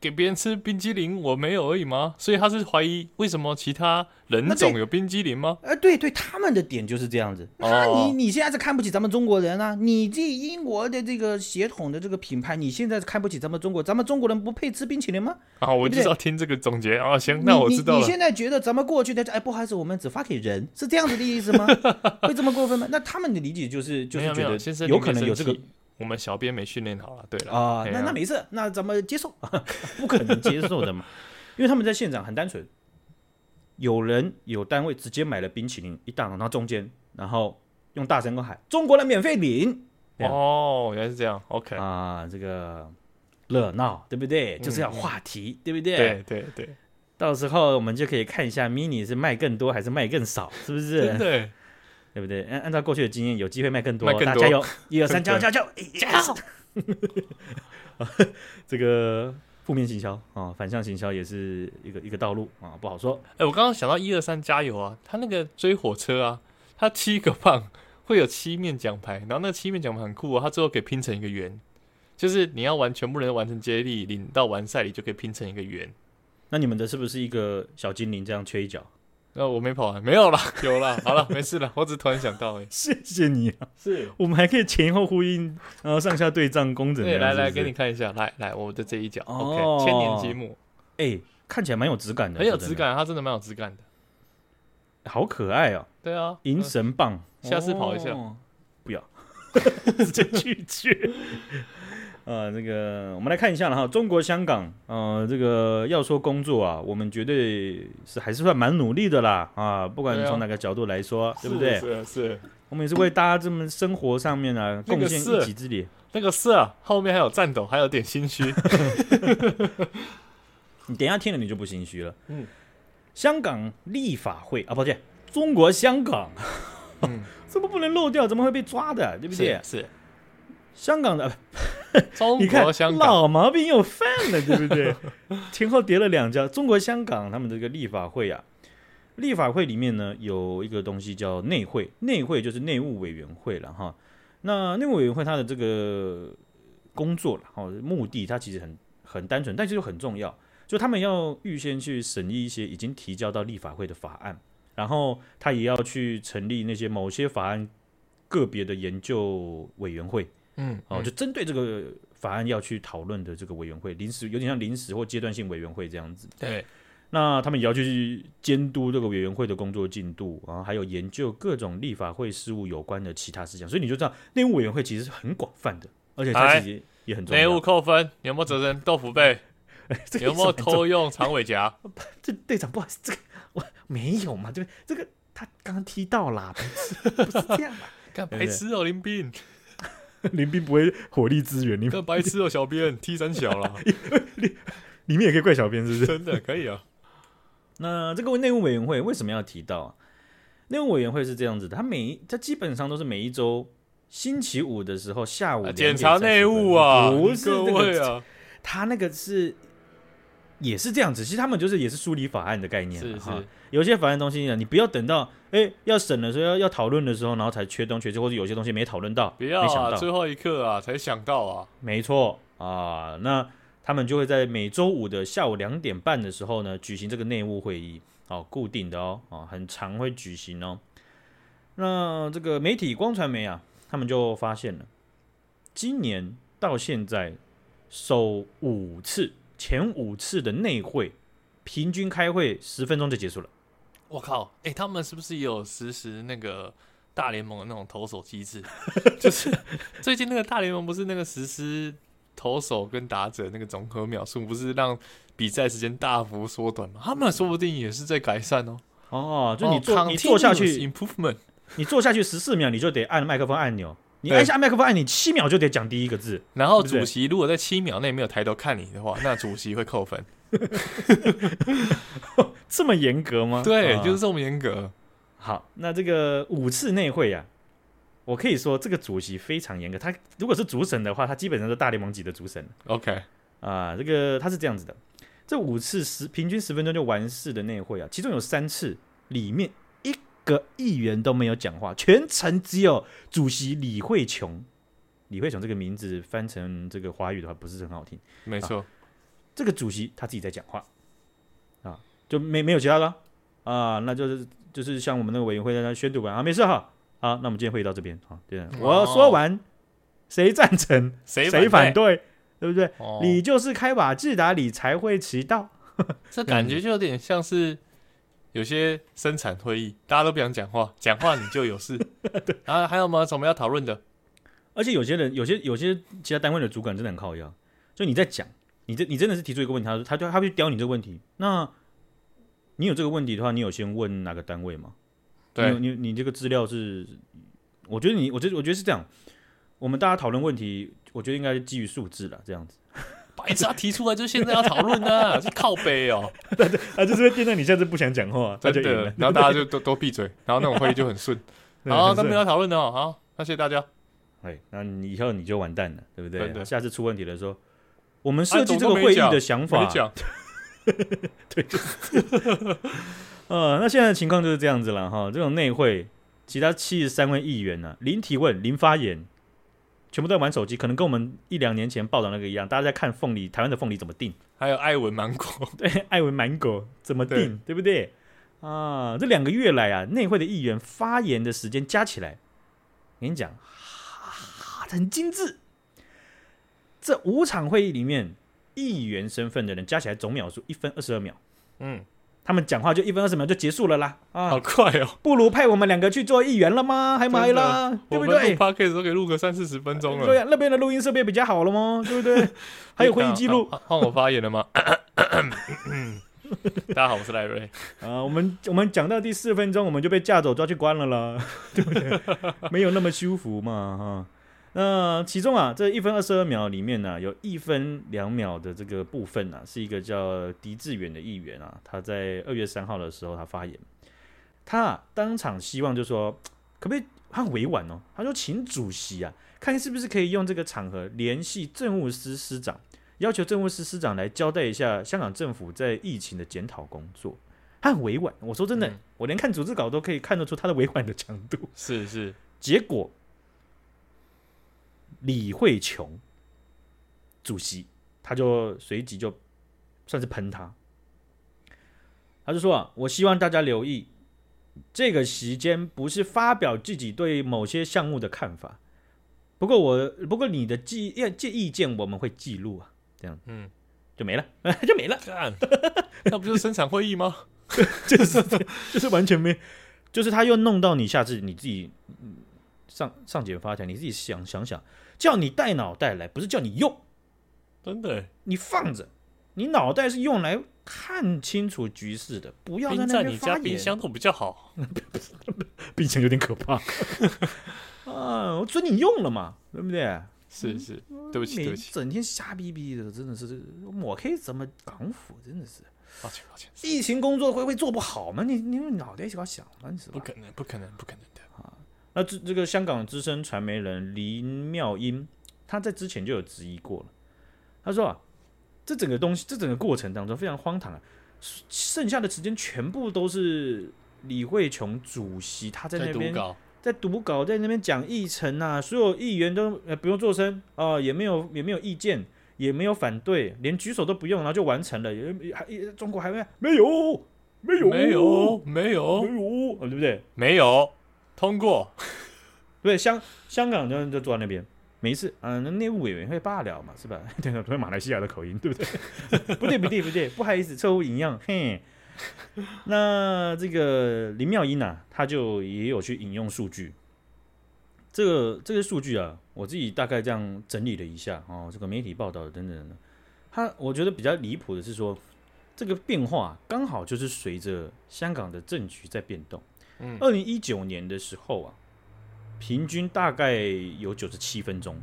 B: 给别人吃冰激凌，我没有而已吗？所以他是怀疑为什么其他人
A: 那这
B: 种有冰激凌吗？
A: 呃，对对，他们的点就是这样子。那你、
B: 哦
A: 你现在是看不起咱们中国人啊？你这英国的这个血统的这个品牌，你现在是看不起咱们中国？咱们中国人不配吃冰淇淋吗？
B: 啊，我
A: 对不
B: 就是
A: 对
B: 要听这个总结啊！行， [laughs] 那我知道
A: 你你。你。
B: 了
A: 现在觉得咱们过去的哎，不好意思，我们只发给人，是这样子的意
B: [laughs]
A: 思吗？会这么过分吗？那他们的理解就是就
B: 没
A: 是
B: 有没
A: 觉
B: 有，先
A: 得
B: 生你
A: 有
B: 别
A: 可能有这
B: 生
A: 个
B: 气。我们小编没训练好了，对了，
A: 啊、
B: 哎
A: 那
B: 呀
A: 那没事，那咱们接受， [laughs] 不可能接受的嘛，因为他们在现场很单纯，有人有单位直接买了冰淇淋一档，然后中间，然后用大声公喊“中国人免费领对啊
B: 哦，原来是这样，OK，”
A: 啊、这个热闹，对不对？就是要话题，对不对？
B: 嗯对对对，
A: 到时候我们就可以看一下 mini 是卖更多还是卖更少，是不是？
B: 真的哎
A: 对不对？按按照过去的经验，有机会卖更多，
B: 卖更
A: 大
B: 多
A: 家有一二
B: [laughs]
A: 三，加油
B: 真的
A: 加油加油哎加油！ [laughs] 这个负面行销啊、反向行销也是一个一个道路啊、不好说。
B: 哎、我刚刚想到一二三加油啊，他那个追火车啊，他七个棒会有七面奖牌，然后那个七面奖牌很酷哦，他最后可以拼成一个圆，就是你要完全部人完成接力，领到完赛你就可以拼成一个圆。
A: 那你们的是不是一个小精灵这样缺一角？
B: 那、我没跑完，没有啦，有啦，好了，没事了，我只是突然想到、
A: [laughs]
B: 哎，
A: 谢谢你啊，
B: 是，
A: 我们还可以前后呼应，然后上下对仗，工整这
B: 对，
A: 样。
B: 来
A: 是不
B: 来，
A: 是
B: 给你看一下，来来，我的这一脚、
A: 哦
B: o k 千年积木，
A: 哎，看起来蛮有质感的，
B: 很有
A: 说真
B: 质
A: 的，
B: 感，它啊真的蛮有质感的，
A: 好可爱哦，
B: 对啊，
A: 银
B: 嗯
A: 神棒，
B: 下次跑一下
A: 哦不要， [laughs] 直接拒绝。呃，这个我们来看一下了哈，中国香港，呃，这个要说工作啊，我们绝对是还是算蛮努力的啦啊，不管
B: 对啊
A: 从哪个角度来说，对不对？
B: 是是，
A: 我们也是为大家这么生活上面啊
B: 那个
A: 贡献
B: 是
A: 一己之力。
B: 那个是啊，后面还有战斗，还有点心 [laughs] 虚，
A: 你等一下听了你就不心虚了。
B: 嗯，
A: 香港立法会啊，抱歉，中国香港， [laughs]
B: 嗯，
A: 怎么不能漏掉？怎么会被抓的？对不对
B: 是？是，
A: 香港的啊
B: 中
A: 你
B: 国
A: 看
B: 香港。
A: 老毛病又犯了，对不对？ [laughs] 前后叠了两家，中国香港他们这个立法会啊，立法会里面呢有一个东西叫内会，内会就是内务委员会了哈。那内务委员会它的这个工作了哈，目的它其实很很单纯，但是又很重要，就他们要预先去审议一些已经提交到立法会的法案，然后他也要去成立那些某些法案个别的研究委员会。
B: 嗯，
A: 哦，就针对这个法案要去讨论的这个委员会，临时有点像临时或阶段性委员会这样子。
B: 对，
A: 那他们也要去监督这个委员会的工作进度，然后还有研究各种立法会事务有关的其他事项。所以你就知道，内务委员会其实是很广泛的，而且它
B: 哎
A: 其实也很重
B: 内务
A: 要。
B: 扣分，有没有责任豆腐 [laughs] 被？
A: 这个
B: 有没有
A: 很重要
B: 偷用长尾夹？
A: 这队长不好意思，这个我没有嘛，对不对？这个他刚刚踢到啦，不是不是这样嘛，
B: 干白痴哦、林斌，
A: 林斌不会火力支援，你
B: 干白痴哦、小编 [laughs] T 三小
A: [laughs]
B: 啦，
A: 里面也可以怪小编是不是？
B: 真的可以啊。
A: 那这个内务委员会为什么要提到啊？内务委员会是这样子的，它每一它基本上都是每一周星期 [laughs] 五的时候下午
B: 啊
A: 2
B: 检查
A: 点30
B: 内务
A: 分
B: 啊，
A: 不是
B: 各
A: 那
B: 位
A: 个，
B: 啊，
A: 他那个是也是这样子，其实他们就是也是梳理法案的概念啊
B: 是
A: 哈
B: 是，
A: 有些法案东西呢，你不要等到哎、要审的时候要要讨论的时候，然后才缺东缺西，或者有些东西没讨论到，
B: 不要
A: 没想
B: 啊，
A: 到，
B: 最后一刻啊才想到啊，
A: 没错啊，那他们就会在每周五的下午两点半的时候呢，举行这个内务会议，哦，固定的哦，哦，很常会举行哦。那这个媒体光传媒啊，他们就发现了，今年到现在首五次前五次的内会，平均开会十分钟就结束了。
B: 我靠，哎、他们是不是也有实时那个大联盟的那种投手
A: [laughs]
B: 机制？就是最近那个大联盟不是那个实施投手跟打者那个总和秒数，不是让比赛时间大幅缩短吗？他们说不定也是在改善哦。
A: 哦，就你
B: 哦
A: 坐、你坐下
B: continuous
A: 去，
B: improvement，
A: 你坐下去十四秒，你就得按麦克风按钮。你
B: 对
A: 按下麦克风按钮，七秒就得讲第一个字。
B: 然后
A: 对不对
B: 主席如果在七秒内没有抬头看你的话，那主席会扣分。
A: 这么严格吗？
B: 对，
A: [laughs] 啊
B: 就是这么严格。
A: 好。那这个五次内会啊，我可以说这个主席非常严格。他如果是主审的话，他基本上是大联盟级的主审
B: OK，
A: 啊。这个他是这样子的，这五次十平均十分钟就完事的内会啊，其中有三次里面一个议员都没有讲话，全程只有主席李慧琼。李慧琼这个名字翻成这个华语的话，不是很好听。
B: 没
A: 啊
B: 错。
A: 这个主席他自己在讲话啊，就没没有其他的啊啊那就是就是像我们那个委员会在那宣读完啊，没事哈，好、那我们今天会议到这边啊，对，我说完，谁赞成
B: 谁
A: 谁
B: 反
A: 反？对，对不对？
B: 哦
A: 你就是开瓦智达，你才会迟到。
B: 这感觉就有点像是有些生产会议，大家都不想讲话，讲话你就
A: [laughs]
B: 有事。啊，还有吗？什么要讨论的？
A: 而且有些人，有些有些其他单位的主管真的很靠腰，就你在讲，你这你真的是提出一个问题，他说他就他会刁你这个问题。那你有这个问题的话，你有先问哪个单位吗？
B: 对，
A: 你有你你这个资料是，我觉得你，我觉得我觉得是这样，我们大家讨论问题，我觉得应该是基于数字了，这样子。 [laughs]
B: 白痴，他啊提出来就是现在要讨论的，是靠
A: [laughs]
B: 背哦，
A: 啊，就是会见到你下次不想讲话，
B: 真的。
A: [laughs]
B: 然后大家就都都闭嘴，然后那种会议就很顺。好，那没有要讨论的哦，好，那谢谢大家。
A: 哎，那你以后你就完蛋了，对不
B: 真
A: 对？
B: 的
A: 下次出问题的时候，我们
B: 啊
A: 设
B: 你
A: 计
B: 怎
A: 这
B: 么
A: 个
B: 都没
A: 会议
B: 讲
A: 的想
B: 没
A: 法，
B: 讲，
A: 呃，那现在的情况就是这样子了哈。这种内会，其他七十三位议员呢、零提问、零发言，全部都在玩手机，可能跟我们一两年前报道那个一样，大家在看凤梨，台湾的凤梨怎么定。
B: 还有艾文
A: [laughs]
B: 芒果，
A: 对，艾文芒果怎么定，对不对？啊，这两个月来啊，内会的议员发言的时间加起来，我跟你讲，哈很精致。这五场会议里面，议员身份的人加起来总秒数一分二十二秒，
B: 嗯，
A: 他们讲话就一分二十秒就结束了啦。
B: 好
A: 啊，
B: 快哦，
A: 不如派我们两个去做议员了吗？还没啦，对
B: 我
A: 不
B: 们
A: 对
B: 录？podcast 都可以录个三四十分钟
A: 对
B: 了。
A: 呀、那边的录音设备比较好了吗？对不
B: [laughs]
A: 对？还有会议记录，
B: 啊，换我发言了吗？ [coughs] 嗯大家好，我是赖瑞。
A: 啊，我们我们讲到第四分钟，我们就被架走抓去关了啦，对不对？ [laughs] 没有那么舒服嘛，哈、那其中啊，这一分二十二秒里面呢、有一分两秒的这个部分呢、是一个叫狄志远的议员啊，他在二月三号的时候他发言，他、啊、当场希望就说，可不可以他很委婉哦，他说请主席啊，看是不是可以用这个场合联系政务司司长，要求政务司司长来交代一下香港政府在疫情的检讨工作。他很委婉，我说真的，
B: 嗯
A: 我连看组织稿都可以看得出他的委婉的强度。
B: 是是，
A: 结果，李慧琼主席他就随即就算是喷他，他就说啊，我希望大家留意，这个时间不是发表自己对某些项目的看法，不过我不过你的记建意见我们会记录啊，这样
B: 嗯。
A: 就没了，就没了。
B: [laughs] 干，那不就是生产会
A: [laughs]
B: 议吗？
A: 就是这 [laughs] 就是完全没，就是他又弄到你下次你自己嗯上上检发条，你自己想想想，叫你带脑袋来，不是叫你用，
B: 真的欸，
A: 你放着，你脑袋是用来看清楚局势的，不要在
B: 冰
A: 那
B: 在
A: 边
B: 你
A: 发
B: 家
A: 言
B: 冰箱都比较好。
A: 冰箱有点可怕。 [laughs] 啊，我准你用了嘛，对不对？嗯
B: 是是，对不起对
A: 每
B: 不起，
A: 整天瞎逼逼的，真的是这个抹黑怎么港府，真的是
B: 抱歉抱歉，
A: 疫情工作会会做不好吗？你你用脑袋一起想吗？你是
B: 不
A: 吧？
B: 可能不可能不可能的，
A: 那这这个香港资深传媒人林妙英，她在之前就有质疑过了。她说啊，这整个东西，这整个过程当中非常荒唐啊，剩下的时间全部都是李慧琼主席她在那
B: 读
A: 边
B: 稿，
A: 在读稿，在那边讲议程啊，所有议员都呃不用做声啊、也没有也没有意见，也没有反对，连举手都不用，然后就完成了。也也还也中国还没没有没有
B: 没有没有
A: 没有、呃对不对？
B: 没有通过，
A: 对，香香港人就坐在那边，每一次嗯、那内务委员会罢了嘛，是吧？ [laughs] 对对，都是马来西亚的口音，对不对？不对 [laughs] 不对不对，不好意思，错误引用，嘿。那这个林妙英啊，她就也有去引用数据。这个这个数据啊，我自己大概这样整理了一下哦，这个媒体报道的等等的，它我觉得比较离谱的是说，这个变化啊刚好就是随着香港的政局在变动。
B: 嗯
A: 二零一九年的时候啊，平均大概有九十七分钟。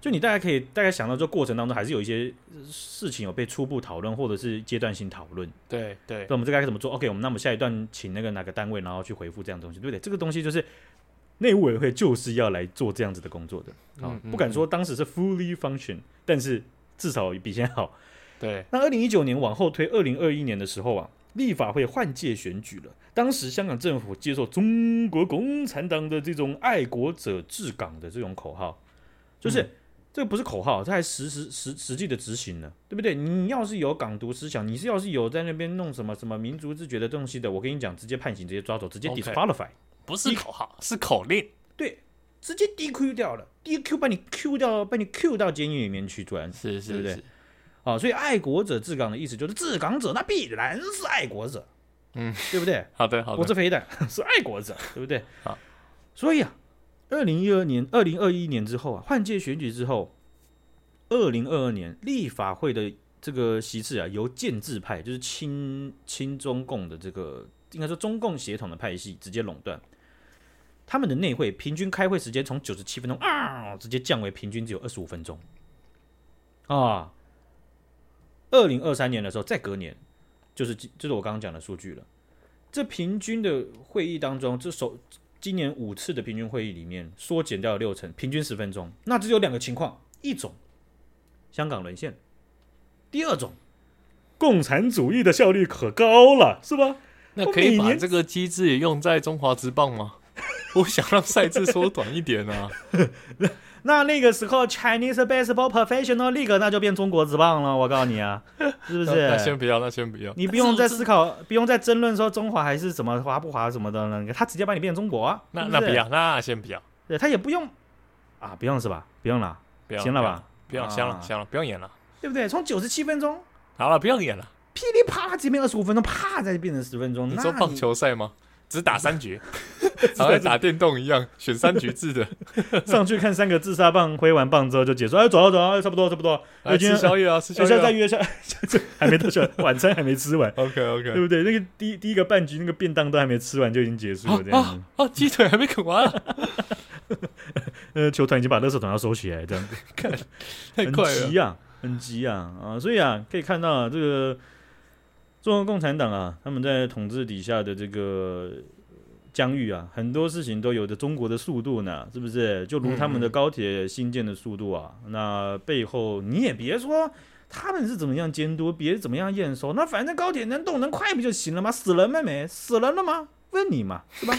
A: 就你大概可以大概想到，这过程当中还是有一些呃事情有被初步讨论，或者是阶段性讨论。
B: 对对
A: 那我们这个该怎么做？OK，我们那么下一段请那个哪个单位，然后去回复这样的东西，对不对？这个东西就是内务委员会就是要来做这样子的工作的啊
B: 嗯，嗯
A: 不敢说当时是 fully function，但是至少比现在好。
B: 对，
A: 那二零一九年往后推，二零二一年的时候啊，立法会换届选举了。当时香港政府接受中国共产党的这种爱国者治港的这种口号，就是、
B: 嗯
A: 这个不是口号，这还实实实实际的执行了，对不对？你要是有港独思想，你是要是有在那边弄什么什么民族自觉的东西的，我跟你讲，直接判刑，直接抓走，直接
B: OK
A: disqualify。
B: 不是口号是口令，
A: 对，直接 DQ 掉了，DQ 把你 Q 掉，把你 Q 到监狱里面去，突然对
B: 是
A: 不
B: 是
A: 对
B: 是，
A: 啊，所以爱国者治港的意思就是治港者那必然是爱国者，
B: 嗯，
A: 对不对？
B: 好的好
A: 不
B: 的，
A: 是非的， [laughs] 是爱国者，对不对？
B: 好，
A: 所以啊，二零一二年、二零二一年之后啊，换届选举之后，二零二二年立法会的这个席次啊，由建制派，就是亲亲中共的这个，应该说中共协同的派系直接垄断。他们的内会平均开会时间从九十七分钟啊，直接降为平均只有二十五分钟啊。二零二三年的时候，再隔年，就是就是我刚刚讲的数据了。这平均的会议当中，这首今年五次的平均会议里面，缩减掉了六成，平均十分钟。那只有两个情况：一种香港沦陷，第二种共产主义的效率可高了，是吧？
B: 那
A: 我
B: 可以
A: 每
B: 把
A: 年
B: 这个机制也用在中华职
A: [laughs]
B: 棒吗？我想让赛制缩短一点啊，
A: 那那个时候 Chinese Baseball Professional League 那就变中国职棒了，我告诉你啊， [laughs] 是不
B: 那
A: 是？
B: 先不要那先不要，
A: 你不用再思
B: [laughs]
A: 考，不用再争论说中华还是什么华不华什么的了，他直接把你变中国啊，
B: 那
A: 是
B: 那
A: 不
B: 不
A: 是，
B: 要那先不要
A: 对他也不用啊，不用是吧？不用了，
B: 不要，
A: 行了吧？
B: 不要？不要香
A: 啊
B: 了香了，不用演了，
A: 对不对？从九十七分钟
B: 好了不用演了。
A: 噼里啪啦直接变二十五分钟，啪再变成十分钟。
B: 你
A: 嗯那
B: 说
A: [laughs]
B: 棒球赛吗？只打三局，好像打电动一样，选三局
A: [laughs]
B: 制的，
A: 上去看三个自杀棒，挥完棒之后就结束，哎，走了走了，哎差不多差不多，哎，
B: 来
A: 今
B: 吃
A: 天。
B: 宵夜啊，吃宵
A: 等一下再
B: 夜、啊。
A: 约一下， [laughs] 还没到下晚餐还没吃完，
B: OK
A: 对
B: OK。
A: 不对？那个第第一个半局那个便当都还没吃完就已经结束了，这样子。
B: 啊啊！鸡腿还没啃完啊，
A: 呃，球团已经把垃圾桶要收起来，这样子。
B: 太
A: 很
B: 快了。
A: 急啊，很急啊啊！所以啊，可以看到、啊、这个中国共产党啊，他们在统治底下的这个呃疆域啊，很多事情都有着中国的速度呢，是不是？就如他们的
B: 嗯嗯
A: 高铁新建的速度啊，那背后你也别说。他们是怎么样监督，别怎么样验收，那反正高铁能动能快不就行了吗？死人了没？死人了吗？问你嘛，是吧？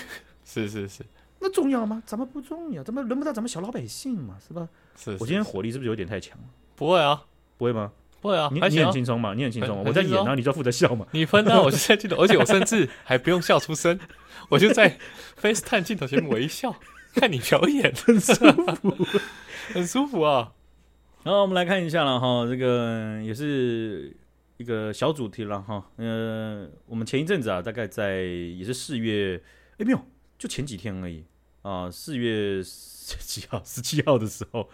B: 是是是
A: 那重要吗？咱们不重要，咱们轮不到咱们小老百姓嘛，是吧？
B: 是。
A: 我今天火力是不是有点太强了？
B: 不会啊，
A: 不会吗？
B: 不会啊，
A: 你
B: 还
A: 你
B: 行、
A: 很
B: 啊。
A: 轻松嘛？你很轻松嘛？
B: 很
A: 我在
B: 很
A: 演，
B: 轻松
A: 然后你就负责笑嘛。
B: 你喷啊，我就在镜头，而且我甚至还不用笑出声， [laughs] 我就在 FaceTime 镜头前面微笑，看你表
A: [laughs]
B: 演，很舒服， [laughs] 很舒服啊。
A: 然后我们来看一下了哈，这个也是一个小主题了哈。呃，我们前一阵子啊，大概在也是四月，哎没有，就前几天而已啊，四月十几号、 [laughs] 十七号的时候，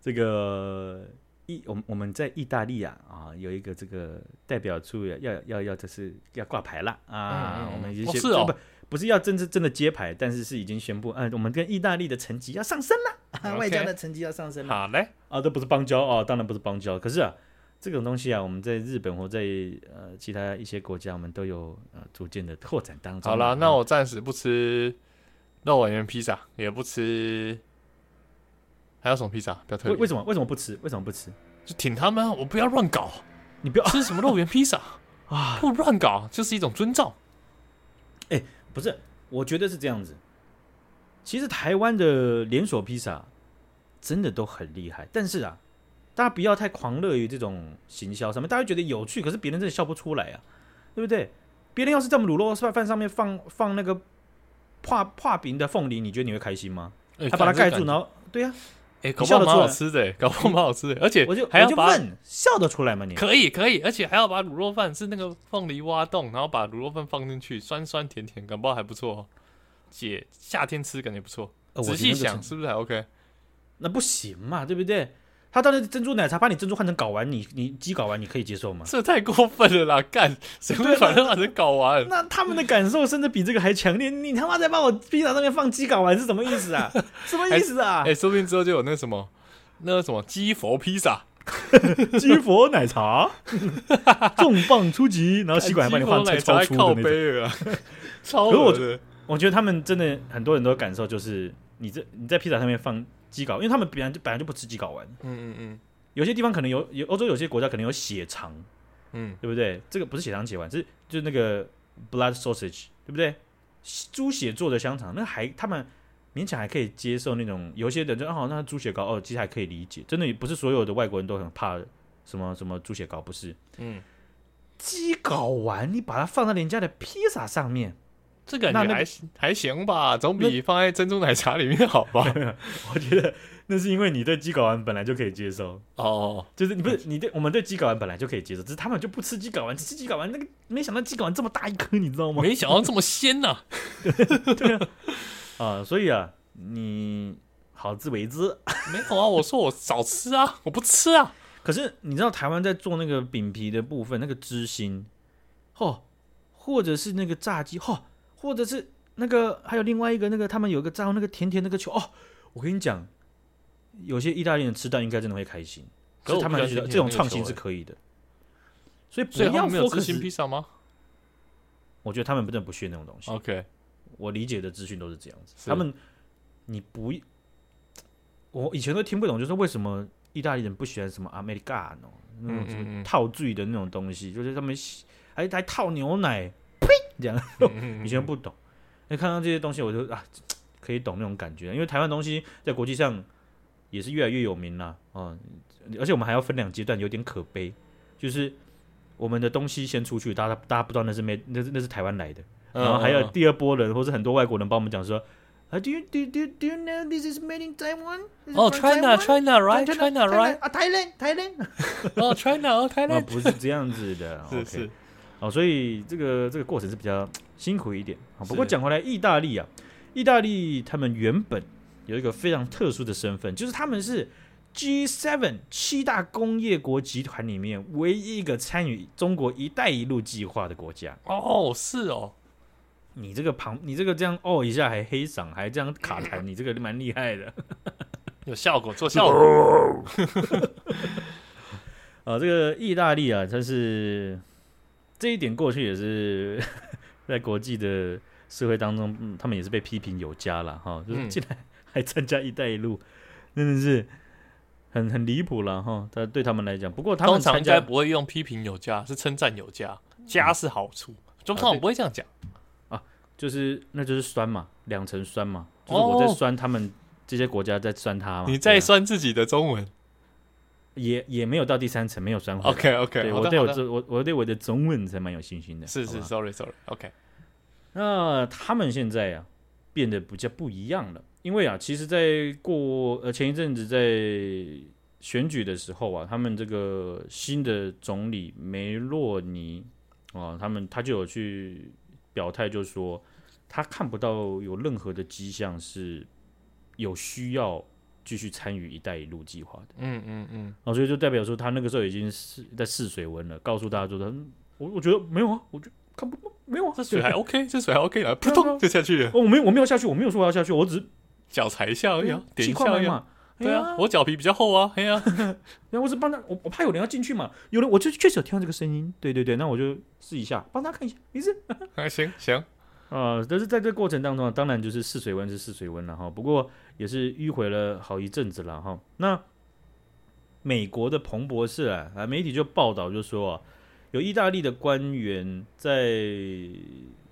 A: 这个意我们我们在意大利啊啊有一个这个代表处要要要要这是要挂牌了啊，
B: 嗯嗯嗯
A: 我们已经
B: 哦
A: 写
B: 是哦
A: 不不是要真是真的揭牌，但是是已经宣布，嗯、我们跟意大利的成绩要上升了，啊
B: OK
A: 外交的成绩要上升了
B: 好嘞，
A: 啊，这不是邦交啊，当然不是邦交。可是啊，这种东西啊，我们在日本或在呃其他一些国家，我们都有呃逐渐的拓展当中。
B: 好啦，
A: 啊
B: 那我暂时不吃肉丸圆披萨，也不吃，还有什么披萨？不要特
A: 为为
B: 别，
A: 什么为什么不吃？为什么不吃？
B: 就挺他们啊，我不要乱
A: [laughs]
B: 搞，
A: 你不要 [coughs]
B: 吃什么肉圆披萨
A: 啊，
B: 不乱搞，就是一种遵照。
A: 不是，我觉得是这样子。其实台湾的连锁披萨真的都很厉害，但是啊，大家不要太狂热于这种行销上面，大家觉得有趣，可是别人真的笑不出来啊，对不对？别人要是在我们卤肉饭饭上面放放那个画画饼的凤梨，你觉得你会开心吗？
B: 哎
A: 还把它
B: 干
A: 盖
B: 这个
A: 住，然后对呀、
B: 哎、
A: 你
B: 搞不
A: 笑得
B: 好蛮
A: 出来嗯
B: 好吃的、搞不好蛮好吃的，而且
A: 我就
B: 还
A: 我
B: 要
A: 就
B: 把
A: 问，笑得出来吗你？
B: 可以可以，而且还要把卤肉饭是那个凤梨挖洞，然后把卤肉饭放进去，酸酸甜甜，感觉还不错、哦。姐夏天吃感觉不错，
A: 呃我觉得
B: 仔细
A: 那个
B: 想
A: 是
B: 是不是还 OK？
A: 那不行嘛，对不对？他当时珍珠奶茶把你珍珠换成睾丸，你你鸡睾丸你可以接受
B: [laughs]
A: 吗？
B: 这太过分了啦！干，
A: 啊
B: 谁会把那把人搞完？
A: 那他们的感受甚至比这个还强烈。你他妈在把我披萨上面放鸡睾丸是什么意思
B: [laughs]
A: 啊？什么意思啊
B: 哎、？说不定之后就有那什么，那个什么鸡佛披
A: [laughs]
B: 萨，哎
A: 鸡佛奶茶， [laughs] 重磅出击，然后吸管还
B: 哎鸡
A: 帮你
B: 佛
A: 换成
B: 奶茶
A: 超
B: 还
A: 出的
B: 靠
A: 那种。
B: 背了啊，
A: [laughs]
B: 超
A: 可是我
B: 恶的。
A: 我觉得他们真的很多人都感受就是，你这你在披萨上面放鸡睾，因为他们本来就本来就不吃鸡睾丸，
B: 嗯嗯嗯
A: 有些地方可能有有欧洲有些国家可能有血肠，
B: 嗯，
A: 对不对？这个不是血肠血丸，是就是那个 blood sausage，对不对？猪血做的香肠，那还他们勉强还可以接受那种，有些人就哦，那猪血糕哦，其实还可以理解。真的也不是所有的外国人都很怕什么什么猪血糕，不是
B: 嗯，
A: 鸡睾丸，你把它放到人家的披萨上面， [laughs]
B: 这感
A: 那
B: 觉
A: 那
B: 还行还行吧，总比放在珍珠奶茶里面好
A: [laughs]
B: 吧？
A: 我觉得那是因为你对鸡睾丸本来就可以接受，
B: 哦，
A: 就是你不是你对我们对鸡睾丸本来就可以接受，只是他们就不吃鸡睾丸，只吃鸡睾丸那个没想到鸡睾丸这么大一颗，你知道吗？
B: 没想到这么鲜呐、
A: [laughs] 啊、所以啊，你好自为之。
B: 没有啊，我说我少吃啊，我不吃啊。
A: 可是你知道台湾在做那个饼皮的部分，那个芝心，哦，或者是那个炸鸡，哦，或者是那个还有另外一个那个他们有一个炸那个甜甜那个球，哦，我跟你讲，有些意大利人吃到应该真的会开心，可
B: 可是
A: 是
B: 我
A: 他
B: 不
A: 们觉
B: 喜欢
A: 得
B: 甜
A: 这种
B: 甜的
A: 创
B: 球
A: 新是
B: 欸
A: 可以的，所以不
B: 所以他
A: 要
B: 们没有吃
A: focus
B: 新披萨吗
A: 我觉得他们真的不屑那种东西。
B: ？OK，
A: 我理解的资讯都是这样子。
B: 是
A: 他们，你不，我以前都听不懂，就是为什么意大利人不喜欢什么 Americano 那
B: 嗯
A: 种什
B: 嗯
A: 么
B: 嗯
A: 套醉的那种东西，就是他们喜还还套牛奶，呸，这样 [laughs]
B: 嗯
A: 以前不懂。那看到这些东西，我就啊，可以懂那种感觉，因为台湾东西在国际上也是越来越有名了啊、而且我们还要分两阶段，有点可悲，就是我们的东西先出去，大家大家不知道那是没那是那是台湾来的。
B: 嗯
A: 嗯然后还有第二波人，或是很多外国人帮我们讲说，啊，Do you do you- do you- do you know this is made in Taiwan？
B: 哦，China，China right，China right，
A: 啊，Thailand Thailand，
B: 哦，China 哦
A: 啊，
B: [laughs] ，Thailand，
A: 不是这样子
B: [laughs]，
A: 的
B: 是
A: OK
B: 是，
A: 哦，所以这个这个过程是比较辛苦一点。好，不过
B: 是
A: 讲回来，意大利啊，意大利他们原本有一个非常特殊的身份，就是他们是 G7 七大工业国集团里面唯一一个参与中国“一带一路”计划的国家。
B: 哦，是哦，
A: 你这个旁，你这个这样哦一下还黑嗓，还这样卡
B: [laughs]
A: 痰，你这个蛮厉害的。 [laughs]
B: 有效果，做效果，
A: 啊，这个意大利啊，它是这一点过去也是 [laughs] 在国际的社会当中，嗯、他们也是被批评有加了哈，就是
B: 嗯
A: 竟然还参加“一带一路”，真的是很很离谱了哈。他对他们来讲，不过他
B: 通
A: 们
B: 常
A: 参
B: 应
A: 加
B: 该不会用批评有加，是称赞有加，加是好处，就通
A: 啊
B: 常
A: 对
B: 不会这样讲。
A: 就是那就是酸嘛，两层酸嘛，就是我在
B: 哦
A: 酸他们这些国家在酸他嘛，
B: 你
A: 对
B: 在
A: 啊
B: 酸自己的中文
A: 也也没有到第三层，没有酸回来。
B: ，OK OK，
A: 对
B: 好
A: 我
B: 的
A: 对
B: 好
A: 我
B: 的，
A: 这我我对我的中文才蛮有信心的。
B: 是
A: 好
B: 是
A: 吧
B: ，sorry sorry，OK，
A: 那他们现在啊，变得比较不一样了，因为啊，其实，在过呃前一阵子在选举的时候啊，他们这个新的总理梅洛尼啊，他们他就有去表态，就说他看不到有任何的迹象是有需要继续参与“一带一路”计划的。
B: 嗯嗯嗯，
A: 哦，所以就代表说他那个时候已经是在试水温了，告诉大家说他，嗯我我觉得没有啊，我就看不没有啊，
B: 这水还 OK，这水还 OK 了，扑通就下去了，
A: 哦，我没有我没有下去，我没有说我要下去，我只是哎
B: 脚踩一下而已啊，点
A: 气
B: 一
A: 块
B: 下而已啊。
A: 嘛。哎
B: 对
A: 呀
B: 啊，我脚皮比较厚啊，哎 [laughs] 呀，
A: 然后我只帮他，我我怕有人要进去嘛，有人我就确实有听到这个声音，对对对，那我就试一下，帮他看一下，没事。
B: 还行行，
A: 啊，但是在这过程当中啊，当然就是试水温是试水温了哈，不过也是迂回了好一阵子了哈。那美国的彭博士啊，啊媒体就报道就说啊，有意大利的官员在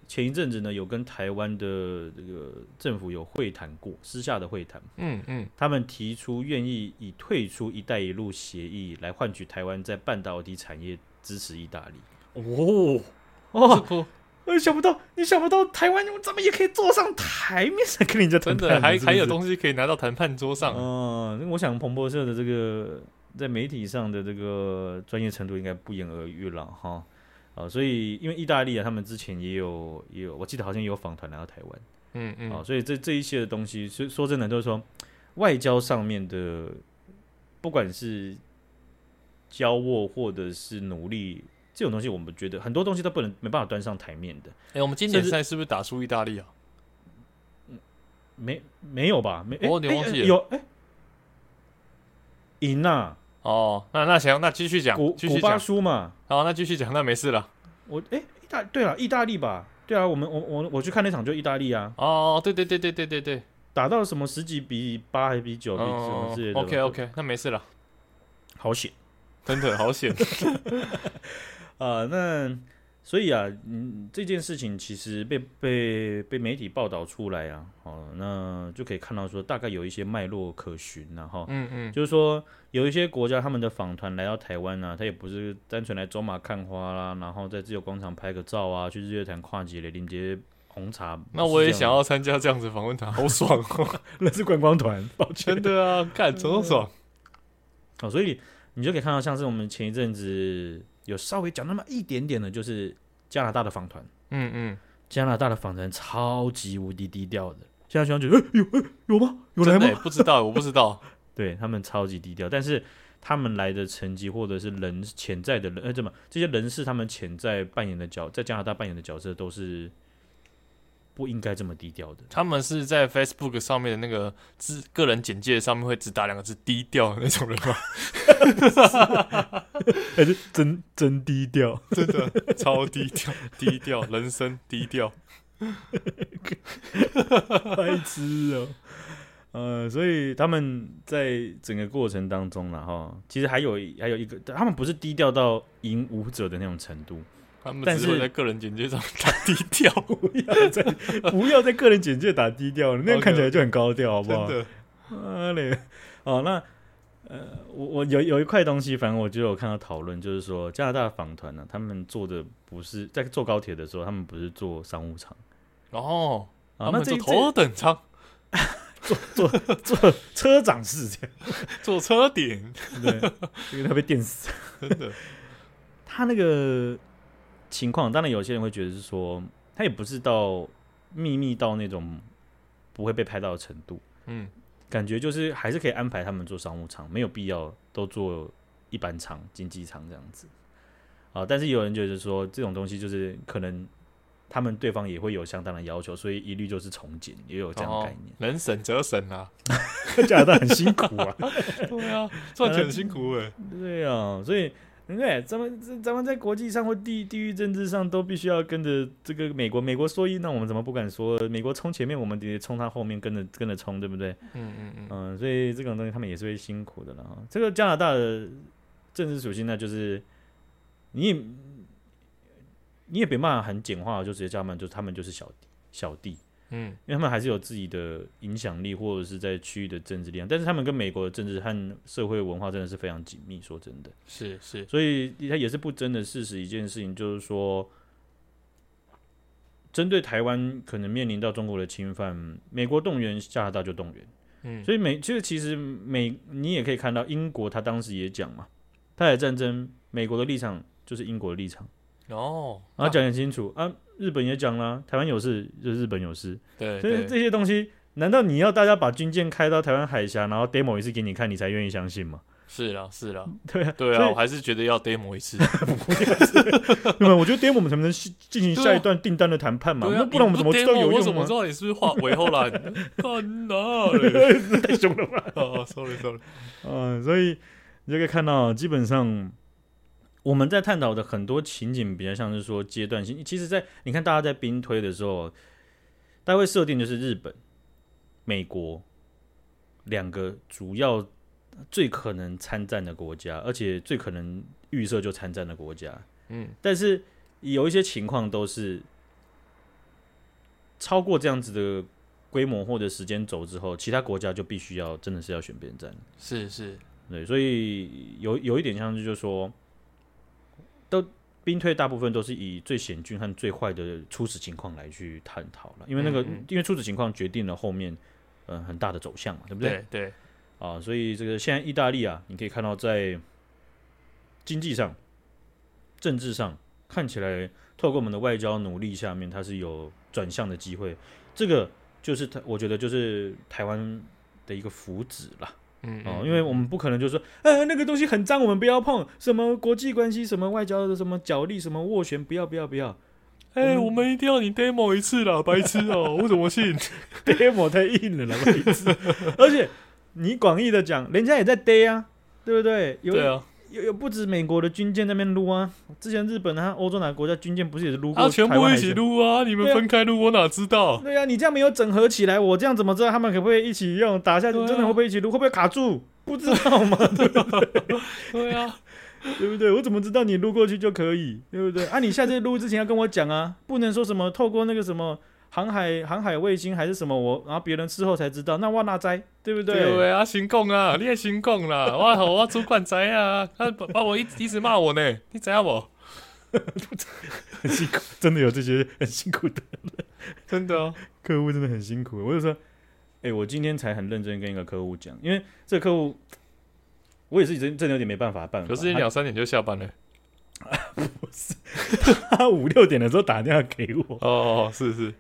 A: 前一阵子呢，有跟台湾的这个政府有会谈过，私下的会谈，
B: 嗯嗯，
A: 他们提出愿意以退出“一带一路”协议来换取台湾在半导体产业支持意大利。
B: 哦，
A: 哦，
B: 这不
A: 呃，想不到，你想不到台湾怎么也可以坐上台面上跟人家谈
B: 真 [laughs]
A: 判，
B: 的还
A: 是不是
B: 还有东西可以拿到谈判桌上，
A: 嗯、我想彭博社的这个在媒体上的这个专业程度应该不言而喻了哈。啊、所以因为意大利啊，他们之前也有也有，我记得好像也有访团来到台湾
B: 嗯嗯
A: 啊、，所以这这一些的东西，所以说真的就是说，外交上面的，不管是交握或者是努力，这种东西我们觉得很多东西都不能没办法端上台面的。
B: 哎、我们经典
A: 甚至
B: 赛是不是打输意大利啊？
A: 没没有吧？没，诶
B: 我有点哦忘记
A: 诶
B: 了
A: 有哎，赢啦，
B: 哦，那那行，那继续讲
A: 古，
B: 继
A: 古
B: 续
A: 巴
B: 讲，
A: 输嘛，
B: 好，那继续讲，那没事了。
A: 我哎，意大对了，意大利吧，对啊，我们我我我去看那场就意大利啊，
B: 哦，对对对对对对对，
A: 打到什么十几比八还比九比什么
B: 哦
A: 之类的吧
B: ，OK OK，那没事了，
A: 好险
B: 真的好险，
A: 啊、那所以啊，嗯，这件事情其实被被被媒体报道出来啊，哦，那就可以看到说大概有一些脉络可循啊然、后。
B: [laughs] 嗯嗯，
A: 就是说有一些国家他们的访团来到台湾呢、啊，他也不是单纯来走马看花啦，然后在自由广场拍个照啊，去日月潭跨节领节红茶。
B: 那我也想要参加这样子访问团，好爽哦，
A: [laughs] 那是观光团， [laughs] 抱
B: 真的啊，干，怎么爽？
A: 哦，所以你就可以看到，像是我们前一阵子有稍微讲那么一点点的，就是加拿大的访团，
B: 嗯嗯，
A: 加拿大的访团超级无敌低调的。现在想觉得，哎、有、哎有吗？有来
B: 真的
A: 吗
B: 欸、？不知道，我不知道，
A: 对他们超级低调，但是他们来的成绩或者是人潜在的人，呃，怎么这些人是他们潜在扮演的角，在加拿大扮演的角色都是不应该这么低调的。
B: 他们是在 Facebook 上面的那个自个人简介上面会只打两个字“低调”的那种人
A: [laughs]
B: 吗？
A: 哎、是真真低调， [laughs]
B: 真的超低调，低调，人生低调。
A: 白痴哦。 [laughs] 呃，所以他们在整个过程当中了哈，其实还有还有一个，他们不是低调到影舞者的那种程度，
B: 他们
A: 但
B: 只会
A: 是
B: 在个人简介上打低调，
A: 不要再 [laughs] 不要在个人简介打低调了，那样看起来就很高调，好不
B: 真
A: 好？
B: 的。
A: 妈嘞！哦，那呃，我我有有一块东西，反正我就有看到讨论，就是说加拿大访团呢、他们坐的不是在坐高铁的时候，他们不是坐商务舱
B: 然后
A: 啊
B: 他，
A: 那
B: 们
A: 这
B: 坐
A: 一
B: 头等舱，
A: 这坐
B: [laughs]
A: 车长是这
B: 坐车顶，
A: 样，对，因为他被电死。
B: 真的。
A: 他那个情况，当然有些人会觉得是说，他也不是到秘密到那种不会被拍到的程度，
B: 嗯，
A: 感觉就是还是可以安排他们做商务舱，没有必要都做一般舱、经济舱这样子。啊，但是也有人觉得说这种东西就是可能他们对方也会有相当的要求，所以一律就是从简，也有这
B: 哦
A: 样的概念。 [laughs]
B: 能省则省啊。
A: 加拿大很辛苦啊， [laughs]
B: 对啊，赚钱很辛苦哎、
A: 对啊，所以对咱们这咱们在国际上或地地域政治上都必须要跟着这个美国，美国说一，那我们怎么不敢说？美国冲前面，我们得冲他后面，跟着跟着冲，对不对？
B: 嗯嗯嗯，
A: 嗯，所以这种东西他们也是会辛苦的了哈。这个加拿大的政治属性呢，就是你也你也别办法很简化，就直接叫他们，就是他们就是小弟小弟，
B: 嗯，
A: 因为他们还是有自己的影响力，或者是在区域的政治力量。但是他们跟美国的政治和社会文化真的是非常紧密，说真的，
B: 是是，
A: 所以它也是不争的事实。一件事情就是说。针对台湾可能面临到中国的侵犯，美国动员，加拿大就动员。
B: 嗯，
A: 所以美这个其实美你也可以看到，英国他当时也讲嘛，台海战争，美国的立场就是英国的立场，
B: 哦，
A: 然后
B: 啊
A: 讲得很清楚啊。日本也讲啦，台湾有事就日本有事，
B: 对
A: 所以
B: 对，
A: 这些东西，难道你要大家把军舰开到台湾海峡，然后 demo 一次给你看，你才愿意相信吗？
B: 是啦是啦，
A: 对
B: [laughs]
A: 啊，
B: 对
A: 所
B: 啊，
A: 以
B: 我还是觉得要 demo 一次。
A: 对吧？我觉得 demo 我们才能进进行下一段订单的谈判嘛，
B: 对
A: 那
B: 啊，
A: 不然我们
B: 你
A: 怎么知道
B: demo，
A: 有
B: 我怎
A: 用
B: 么
A: 吗
B: 知？道你是不是画尾后啦？看哪嘞！
A: 太凶了吧？
B: 哦，sorry sorry，
A: 嗯，所以你就可以看到，基本上我们在探讨的很多情景，比较像是说阶段性。其实在，你看大家在兵推的时候，大家会设定就是日本、美国两个主要最可能参战的国家，而且最可能预设就参战的国家。
B: 嗯，
A: 但是有一些情况都是超过这样子的规模或者时间轴之后，其他国家就必须要真的是要选边站。
B: 是是，
A: 对，所以有有一点像是就是说，都兵推大部分都是以最险峻和最坏的初始情况来去探讨了，因为那个、
B: 嗯嗯
A: 因为初始情况决定了后面嗯、呃很大的走向嘛，对不对？
B: 对对，
A: 啊，所以这个现在意大利啊，你可以看到在经济上、政治上看起来，透过我们的外交努力下面，它是有转向的机会。这个就是它，我觉得就是台湾的一个福祉啦。
B: 嗯，
A: 哦，
B: 嗯
A: 因为我们不可能就说，呃，那个东西很脏，我们不要碰。什么国际关系，什么外交的，什么角力，什么斡旋，不要不要不
B: [laughs]
A: 要。
B: 哎、我们一定要你 demo 一次啦，白痴哦、我怎么信？
A: 爹抹太硬了啦，白痴。而且你广义的讲，人家也在逮啊，对不对？有
B: 对啊，
A: 有有不止美国的军舰在那边撸啊，之前日本啊、欧洲哪个国家军舰不是也是撸过？
B: 他全部一起。录啊，
A: 对
B: 你们
A: 啊
B: 分开录，我哪知道？
A: 对啊，你这样没有整合起来，我这样怎么知道他们可不可以一起用？打下去
B: 对啊
A: 真的会不会一起撸？会不会卡住？不知道嘛，
B: 对啊，
A: 对不对？我怎么知道你撸过去就可以，对不对？啊，你下次撸之前要跟我讲啊，不能说什么透过那个什么航海航海卫星还是什么我，然后别人事后才知道，那哇那哉，对不对？
B: 对啊，行供 [laughs] 啊，你也行供啦，哇好，我主管宅啊，他把把我一一直骂我呢，你知道不？
A: 很辛苦，真的有这些很辛苦的
B: 真的哦、
A: 客户，真的很辛苦。我就说，哎、我今天才很认真跟一个客户讲，因为这个客户，我也是真真的有点没办法办法。
B: 可是你两三点就下班了。
A: 他五六点的时候打电话给我，
B: 哦，是是，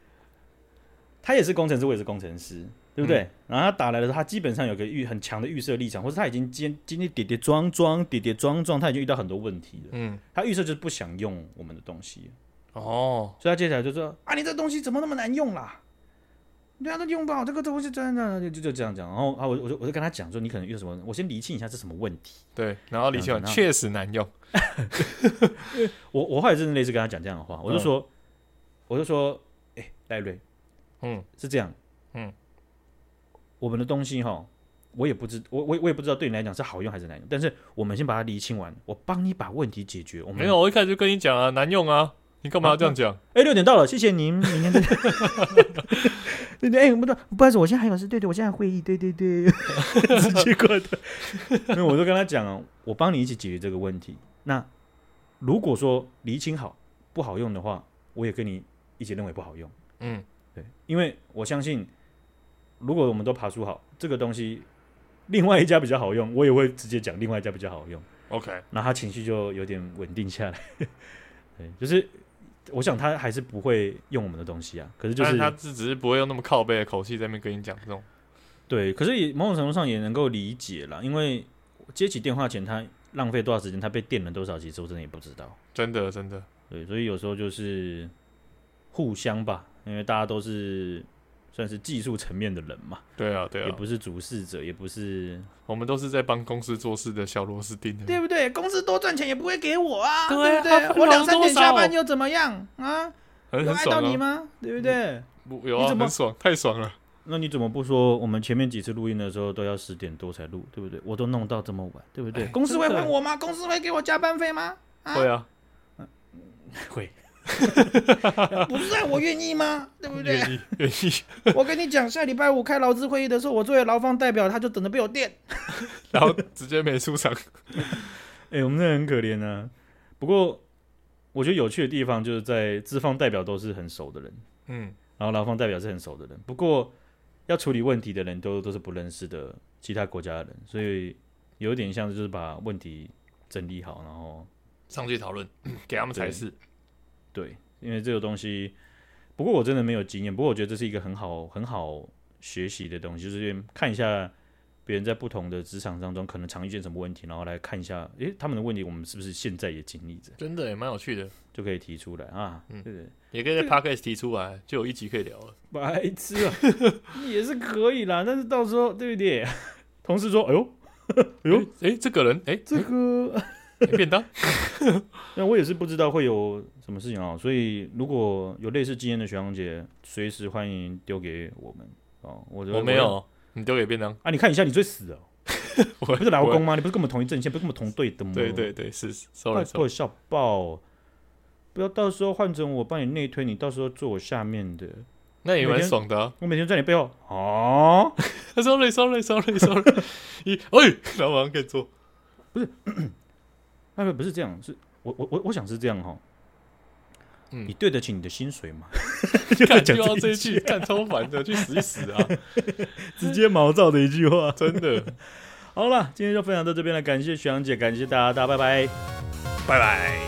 A: 他也是工程师，我也是工程师，对不对？然后他打来的时候，他基本上有个预很强的预设立场，或者他已经经经历跌跌撞撞、跌跌撞撞，他已经遇到很多问题了。
B: 嗯，
A: 他预设就是不想用我们的东西，
B: 哦，
A: 所以他接下来就说：“啊，你这东西怎么那么难用啦？对啊，那用不好这个东西，真的就就就这样讲。”然后啊，我我就我就跟他讲说：“你可能遇到什么？我先厘清一下是什么问题。
B: 对，然后李清
A: 嗯
B: 文
A: 然后
B: 确实难用，
A: 我”我后来真的类似跟他讲这样的话，我就说：“我就说，哎、赖瑞
B: 嗯
A: 是这样，
B: 嗯，
A: 我们的东西哈，我也不知我我我也不知道对你来讲是好用还是难用，但是我们先把它厘清完，我帮你把问题解决。我们
B: 没有，我一开始就跟你讲啊，难用啊，你干嘛要这样讲？
A: 哎，六点到了，谢谢您，明天再。 [laughs] 对对，哎，不对，不好意思，我现在还有事，对对，我现在还有会议，对对对， [laughs] 直接挂断。那我就跟他讲啊，我帮你一起解决这个问题。那如果说厘清好不好用的话，我也跟你一起认为不好用。
B: 嗯，
A: 对，因为我相信，如果我们都爬出好这个东西，另外一家比较好用，我也会直接讲另外一家比较好用。
B: OK，
A: 那他情绪就有点稳定下来。 [laughs] 对，就是我想他还是不会用我们的东西啊，可是就
B: 但
A: 是
B: 他只只是不会用那么靠背的口气在那边跟你讲这种，
A: 对，可是也某种程度上也能够理解啦，因为接起电话前他浪费多少时间，他被电了多少，其实我真的也不知道。
B: 真的真的，
A: 对，所以有时候就是互相吧，因为大家都是算是技术层面的人嘛，
B: 对啊对
A: 也
B: 啊，
A: 不是主事者，也不是
B: 我们都是在帮公司做事的小螺丝钉
A: [laughs]
B: 而已。
C: 对不对？公司多赚钱也不会给我啊，
B: 对啊
C: 对不对
B: 他？分
C: 我两
B: 红
C: 三
B: 多
C: 点下
B: 少
C: 班又怎么样啊？
B: 很
C: 有
B: 很
C: 爱到
B: 爽
C: 你
B: 啊！
C: 吗？对
A: 对
C: 不
A: 不
C: 对？
A: 对？
B: 不有
A: 你
B: 啊，
A: 怎么
B: 很爽，太爽了。
A: 那你怎么不说我们前面几次录音的时候都要十点多才录，对不对？我都弄到这么晚，对不对？
C: 公司会
B: 真的
C: 还
B: [laughs]
C: 我吗？公司会给我加班费吗？啊，
B: 会啊，
A: 会，
C: 不是啊我愿意吗？对不对？
B: 愿意愿意， [laughs]
C: 我跟你讲，下礼拜五开劳资会议的时候，我作为劳方代表，他就等着被我电。
B: 然后直接没出场。 [laughs]
A: 哎、我们真的很可怜啊。不过我觉得有趣的地方就是在资方代表都是很熟的人，
B: 嗯，
A: 然后劳方代表是很熟的人，不过要处理问题的人都都是不认识的其他国家的人，所以有点像就是把问题整理好，然后
B: 上去讨论，给他们才是。
A: 对，因为这个东西，不过我真的没有经验，不过我觉得这是一个很好很好学习的东西，就是看一下别人在不同的职场当中可能常遇见什么问题，然后来看一下，诶，他们的问题我们是不是现在也经历着，
B: 真的也蛮有趣的，
A: 就可以提出来啊。
B: 嗯
A: 对不对？
B: 也可以在 podcast 提出来，就有一集可以聊了。
A: 白痴啊，也是可以啦，但是到时候对不对？ [laughs] 同事说，哎呦，哎
B: 哎
A: 呦，
B: 哎，这个人哎，
A: 这个
B: 哎便当，
A: 那我也是不知道会有什么事情哦，所以如果有类似经验的学长姐，随时欢迎丢给我们哦。我
B: [laughs] 我没有，你丢给便当，
A: 啊，你看一下，你最死哦，
B: [laughs] 我
A: 不是劳
B: 我
A: 工吗？你不是跟我们同一阵线，不是跟我们同队的吗？
B: 对对对，是是
A: 拜
B: ，sorry sorry，
A: 托笑爆！不要到时候换成我帮你内推，你到时候坐我下面的，
B: 那也
A: 每
B: 蛮
A: 天
B: 爽 [laughs] 的啊。
A: 我每天在你背后哦，
B: 他 sorry sorry sorry sorry，一 [laughs] 哎，然后马上可以 [laughs] 做，
A: 那个不是这样，是我我我我想是这样哈、哦，
B: 嗯
A: 你对得起你的薪
B: [laughs]
A: 水吗？
B: 看
A: 讲
B: 就
A: 这
B: 要
A: 一
B: 这一句，看超烦的，去死一死啊！
A: 直接毛躁的一句话。
B: 真的，
A: 好了，今天就分享到这边了，感谢徐阳姐，感谢大家，大家拜拜。
B: 拜拜。